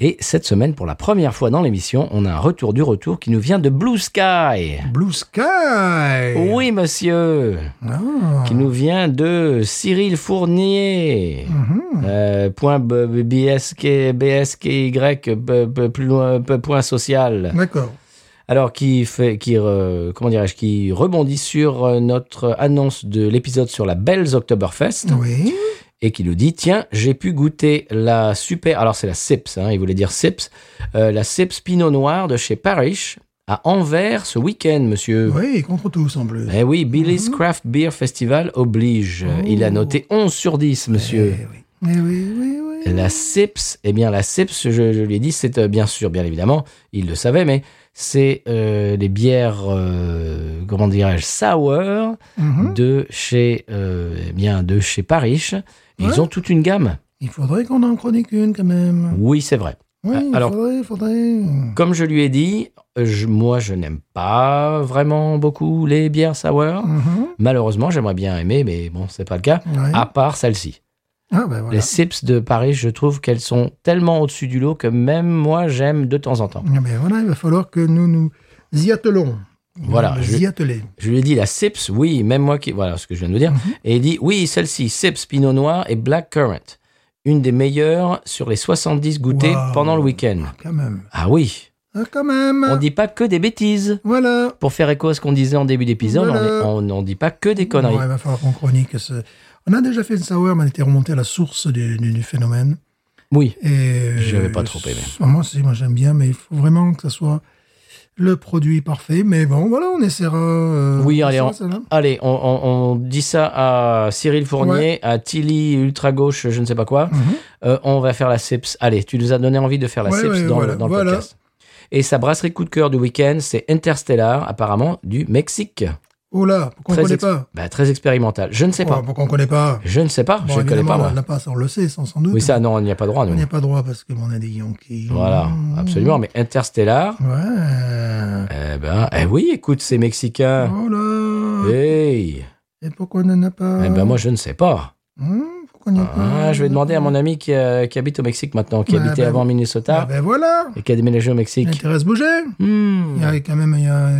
A: Et cette semaine, pour la première fois dans l'émission, on a un retour du retour qui nous vient de Blue Sky.
B: Blue Sky.
A: Oui, monsieur,
B: Ah.
A: qui nous vient de Cyril Fournier.
B: Mhm.
A: Euh, point b- b- BSK, BSKY, b- b- plus loin, p- point social.
B: D'accord.
A: Alors, qui fait, qui, re- comment dirais-je, qui rebondit sur euh, notre annonce de l'épisode sur la Belles Oktoberfest
B: Oui.
A: et qui nous dit Tiens, j'ai pu goûter la super. Alors, c'est la Sips, hein, il voulait dire Sips. euh, la Sips Pinot Noir de chez Parrish à Anvers ce week-end, monsieur.
B: Oui, contre tous en plus.
A: Eh oui, Billy's Craft Beer Festival oblige. Il a noté 11 sur 10, monsieur.
B: Eh oui. Eh oui, oui, oui.
A: La CEPS, eh bien la CEPS, je, je lui ai dit, c'est euh, bien sûr, bien évidemment, il le savait, mais c'est euh, les bières, euh, comment dirais-je, sour
B: Mhm.
A: de chez, euh, eh bien, de chez Parish. Ils
B: Ouais.
A: ont toute une gamme.
B: Il faudrait qu'on en chronique une quand même.
A: Oui, c'est vrai.
B: Oui, il
A: Ah, Alors-
B: faudrait, faudrait.
A: Comme je lui ai dit, euh, je- moi, je n'aime pas vraiment beaucoup les bières sour.
B: Mhm.
A: Malheureusement, j'aimerais bien aimer, mais bon, c'est pas le cas.
B: Ouais.
A: À part celle-ci.
B: Ah, ben
A: Les
B: Mmh. voilà.
A: Sips de Paris, je trouve qu'elles sont tellement au-dessus du lot que même moi, j'aime de temps en temps.
B: Ah, ben voilà, il va falloir que nous nous y attelons.
A: Voilà,
B: Nous
A: je-
B: Y atteler.
A: Je lui ai dit la Sips, oui, même moi qui. Voilà ce que je viens de vous dire. Et il dit oui, celle-ci, Sips Pinot Noir et Black Currant. Une des meilleures sur les 70 goûtées
B: Waouh.
A: pendant le week-end.
B: Quand même.
A: Ah oui,
B: Ah, quand même.
A: on dit pas que des bêtises.
B: Voilà.
A: Pour faire écho à ce qu'on disait en début d'épisode,
B: Voilà.
A: on n'en dit pas que des conneries.
B: Ouais, il va falloir qu'on chronique. ce- On a déjà fait une sour, mais on était remonté à la source du, du- du phénomène.
A: Oui,
B: Et
A: Je vais pas trop aimer.
B: Ah, Moi, si, moi j'aime bien, mais il faut vraiment que ça soit le produit parfait. Mais bon, voilà, on essaiera. euh,
A: Oui,
B: on
A: allez,
B: essaiera
A: on-
B: celle-là.
A: allez, on, on- on dit ça à Cyril Fournier,
B: Ouais.
A: à Tilly Ultra Gauche, je ne sais pas quoi.
B: Mhm.
A: Euh, on va faire la CEPS. Allez, tu nous as donné envie de faire la
B: Ouais,
A: CEPS
B: ouais,
A: dans,
B: voilà,
A: le, dans le
B: voilà.
A: podcast. Et sa brasserie coup de cœur du week-end, c'est Interstellar, apparemment du Mexique.
B: Oh là, pourquoi on
A: Très
B: ne connaît
A: ex-
B: pas
A: Bah, très expérimental. Je ne sais pas.
B: Oh, Pourquoi on ne connaît pas
A: Je ne sais pas.
B: Ah, Bon,
A: je ne connais
B: évidemment,
A: pas, moi.
B: On l'a pas, ça, on le sait, sans, sans doute.
A: Oui, ça, non, on n'y a pas droit,
B: On
A: nous.
B: n'y a pas droit parce que bon, on a des Yankees.
A: Voilà, absolument. Mais Interstellar,
B: Ouais.
A: eh ben, eh oui, écoute, ces Mexicains.
B: Oh là.
A: Hey
B: Et pourquoi on n'en a pas
A: Eh ben, moi, je ne sais pas.
B: Hmm, pourquoi on n'y a pas
A: Ah, je vais demander à mon ami qui, euh, qui habite au Mexique maintenant, qui
B: Ah,
A: habitait
B: ben,
A: avant
B: Ah,
A: Minnesota
B: ben Ah voilà.
A: et qui a déménagé au Mexique.
B: Intéresse bouger. Il y
A: Hmm.
B: a quand même il y a,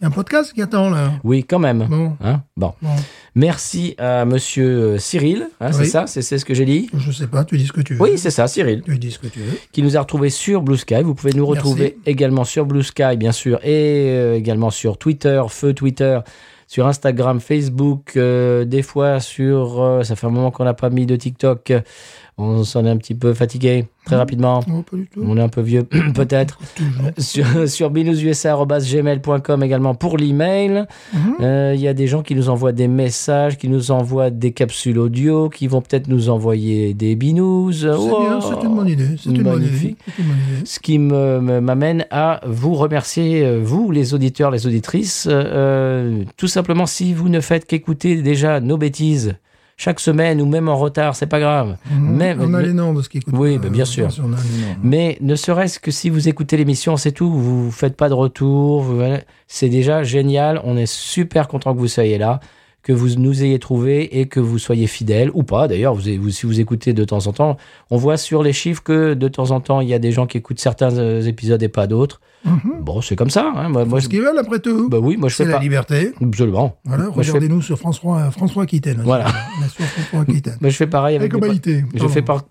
B: il y a un podcast qui attend là.
A: Oui, quand même.
B: Bon,
A: Hein bon.
B: bon,
A: Merci à monsieur euh, Cyril, hein, c'est
B: Oui.
A: ça, c'est c'est ce que j'ai dit
B: je sais pas, tu dis ce que tu veux.
A: Oui, c'est ça, Cyril,
B: Tu dis ce que tu veux.
A: qui nous a retrouvés sur Blue Sky. Vous pouvez nous
B: Merci.
A: retrouver également sur Blue Sky, bien sûr, et euh, également sur Twitter, Feu Twitter, sur Instagram, Facebook, euh, des fois sur... euh, ça fait un moment qu'on n'a pas mis de TikTok, on s'en est un petit peu fatigué,
B: Mmh.
A: très rapidement.
B: Non, pas du tout.
A: Mmh. On est un peu vieux, <clears throat> peut-être.
B: Toujours.
A: Sur, <laughs> sur binoususa.gmail.com également pour l'email.
B: Mhm.
A: Euh, Il y a des gens qui nous envoient des messages, qui nous envoient des capsules audio, qui vont peut-être nous envoyer des binous.
B: C'est bien, c'est une bonne idée. C'est une
A: Oh.
B: bonne idée.
A: Magnifique.
B: C'est une bonne idée.
A: Ce qui me- me- m'amène à vous remercier, euh, vous les auditeurs, les auditrices. Euh, tout simplement, si vous ne faites qu'écouter déjà nos bêtises chaque semaine ou même en retard, c'est pas grave. Mais-
B: Hmm, on a
A: mais-
B: les noms de ce qui écoute.
A: Oui,
B: pas,
A: ben, bien
B: euh,
A: sûr.
B: On a les noms.
A: Mais ne serait-ce que si vous écoutez l'émission, c'est tout. Vous faites pas de retour. vous- voilà. C'est déjà génial. On est super content que vous soyez là, que vous nous ayez trouvés et que vous soyez fidèles ou pas. D'ailleurs, vous, vous- si vous écoutez de temps en temps, on voit sur les chiffres que de temps en temps, il y a des gens qui écoutent certains euh, épisodes et pas d'autres.
B: Mhm.
A: Bon, c'est comme ça. hein. Moi, moi,
B: Ce
A: je,
B: qu'ils veulent après tout.
A: bah oui, moi je
B: c'est
A: fais
B: la
A: pas.
B: liberté.
A: Absolument.
B: Voilà,
A: Moi, je fais-
B: regardez-nous sur France 3, euh, France 3 Aquitaine. <laughs>
A: Voilà.
B: On est sur France 3
A: <laughs>
B: Aquitaine.
A: Moi, je fais pareil
B: Avec
A: avec. des po-
B: globalité.
A: je fais par-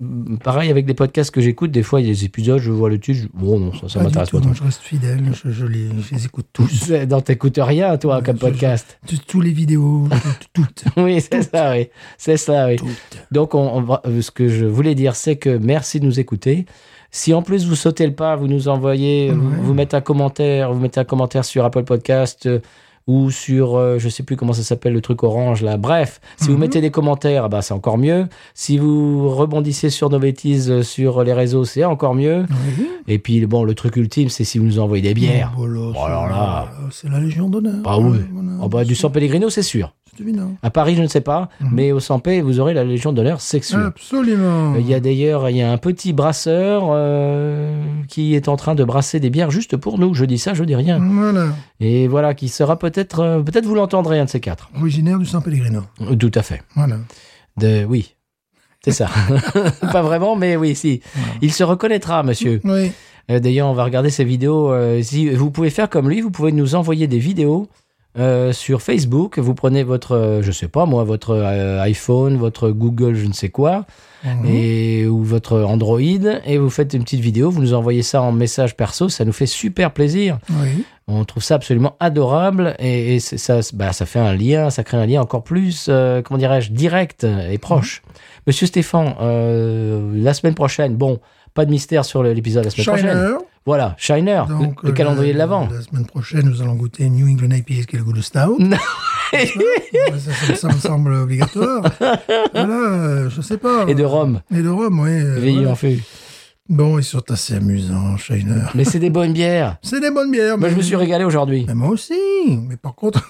A: pareil avec des podcasts que j'écoute. Des fois, il y a des épisodes, je vois le titre. je- Bon, non, ça, ça
B: Pas du
A: m'intéresse
B: tout,
A: pas.
B: moi, je reste fidèle, je, je les, je les écoute
A: <laughs>
B: tous.
A: Tous. Non, t'écoutes rien, toi,
B: Ouais,
A: comme
B: je- je-
A: podcast. <laughs>
B: Tous- Tous les vidéos, tout- toutes,
A: Oui, c'est ça, oui. C'est ça, oui. <laughs>
B: toutes.
A: Donc, on, on va- euh, ce que je voulais dire, c'est que merci de nous écouter. Si en plus vous sautez le pas, vous nous envoyez, vous,
B: Ouais.
A: vous mettez un commentaire, vous mettez un commentaire sur Apple Podcast euh, ou sur, euh, je sais plus comment ça s'appelle, le truc orange là. Bref, si vous
B: Mhm.
A: mettez des commentaires, bah, c'est encore mieux. Si vous rebondissez sur nos bêtises euh, sur les réseaux, c'est encore mieux.
B: Oui.
A: Et puis, bon, le truc ultime, c'est si vous nous envoyez des bières.
B: Oh là,
A: Oh là là.
B: c'est- C'est la Légion d'honneur.
A: Bah oui.
B: Voilà,
A: Oh, bah, du San Pellegrino, c'est sûr.
B: C'est évident.
A: À Paris, je ne sais pas,
B: Mhm.
A: mais au San P, vous aurez la Légion d'honneur, c'est sûr.
B: Absolument.
A: Euh, Il y a d'ailleurs il y a un petit brasseur euh, qui est en train de brasser des bières juste pour nous. Je dis ça, je dis rien.
B: Mhm. Voilà.
A: Et voilà, qui sera peut-être, euh, peut-être vous l'entendrez un de ces quatre.
B: Originaire du Saint-Pellegrino.
A: Euh, Tout à fait. <laughs>
B: Voilà.
A: De, oui, c'est ça. <laughs> Pas vraiment, mais oui, si. Il se reconnaîtra, monsieur.
B: Oui.
A: Euh, D'ailleurs, on va regarder ses vidéos. euh, si vous pouvez faire comme lui, vous pouvez nous envoyer des vidéos euh, sur Facebook. Vous prenez votre, euh, je sais pas moi, votre euh, iPhone, votre Google, je ne sais quoi,
B: Mhm.
A: et ou votre Android, et vous faites une petite vidéo. Vous nous envoyez ça en message perso. Ça nous fait super plaisir.
B: Oui.
A: On trouve ça absolument adorable, et, et c'est- ça, bah, ça fait un lien, ça crée un lien encore plus, euh, comment dirais-je, direct et proche.
B: Mhm.
A: Monsieur Stéphane, euh, la semaine prochaine, bon. Pas de mystère sur le- l'épisode la semaine prochaine.
B: Shiner.
A: Voilà, Shiner,
B: Donc,
A: Ah, le,
B: euh,
A: calendrier de l'avant.
B: La semaine prochaine, nous allons goûter New England IPA, qui est le goût de Stout.
A: Non.
B: N'est-ce pas ça, ça, ça me semble obligatoire. voilà, euh, je sais pas.
A: Et de Rome,
B: Et de Rome, oui. euh,
A: veillez
B: voilà.
A: en feu.
B: Bon, ils sont assez amusants, Shiner.
A: Mais c'est des bonnes bières.
B: C'est des bonnes bières.
A: Moi,
B: mais-
A: je me suis régalé aujourd'hui.
B: Mais moi aussi. Mais par contre,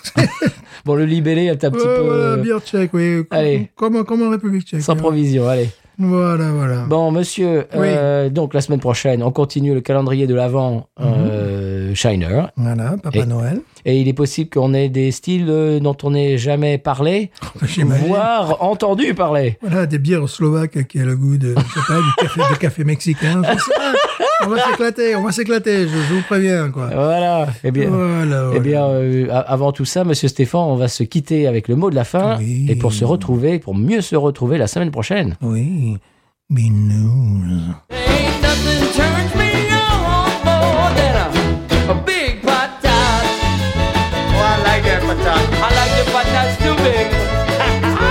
A: Bon, le libellé est <laughs> un petit
B: Ouais,
A: peu
B: <laughs> voilà,
A: euh,
B: bière tchèque, oui.
A: allez.
B: Comme, comme en République tchèque.
A: sans
B: hein.
A: provision. Allez,
B: Voilà, voilà.
A: Bon, monsieur,
B: Oui.
A: euh, donc la semaine prochaine, on continue le calendrier de l'avant euh,
B: Mhm.
A: Shiner.
B: Voilà, Papa
A: Et- <laughs>
B: Noël.
A: Et il est possible qu'on ait des styles euh, dont on n'ait jamais parlé,
B: J'imagine.
A: voire entendu parler.
B: Voilà, des bières slovaques qui a le goût de, je sais pas, du café, du café mexicain. Je sais pas. on va s'éclater, on va s'éclater, je, je vous préviens, quoi.
A: Voilà. Eh bien,
B: Oh, Voilà,
A: eh
B: voilà.
A: bien euh, a- avant tout ça, monsieur Stéphane, on va se quitter avec le mot de la fin
B: Oui.
A: et pour se retrouver, pour mieux se retrouver la semaine prochaine.
B: Oui, binous.
D: Ain't nothing turns me on more than a, a big patat. Oh, I like that patat. I like the patats too big. <laughs>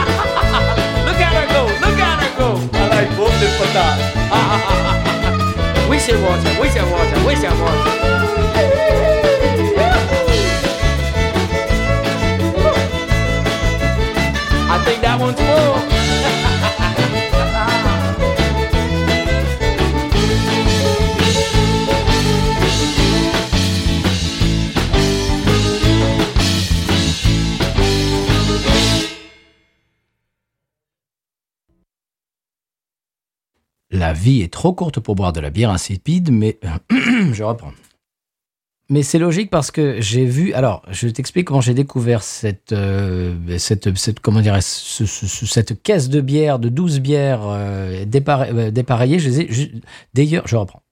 D: look at her go, look at her go. I like both the <laughs> patat. we should watch her, we should watch her, we should watch her. I think that one's full.
A: La vie est trop courte pour boire de la bière insipide, mais <clears throat> je reprends. Mais c'est logique parce que j'ai vu. Alors, je t'explique comment j'ai découvert cette, euh, cette, cette comment dirais ce, ce- ce- cette caisse de bière de 12 bières euh, dépare- euh, dépareillées. Je les ai ju- d'ailleurs, je reprends.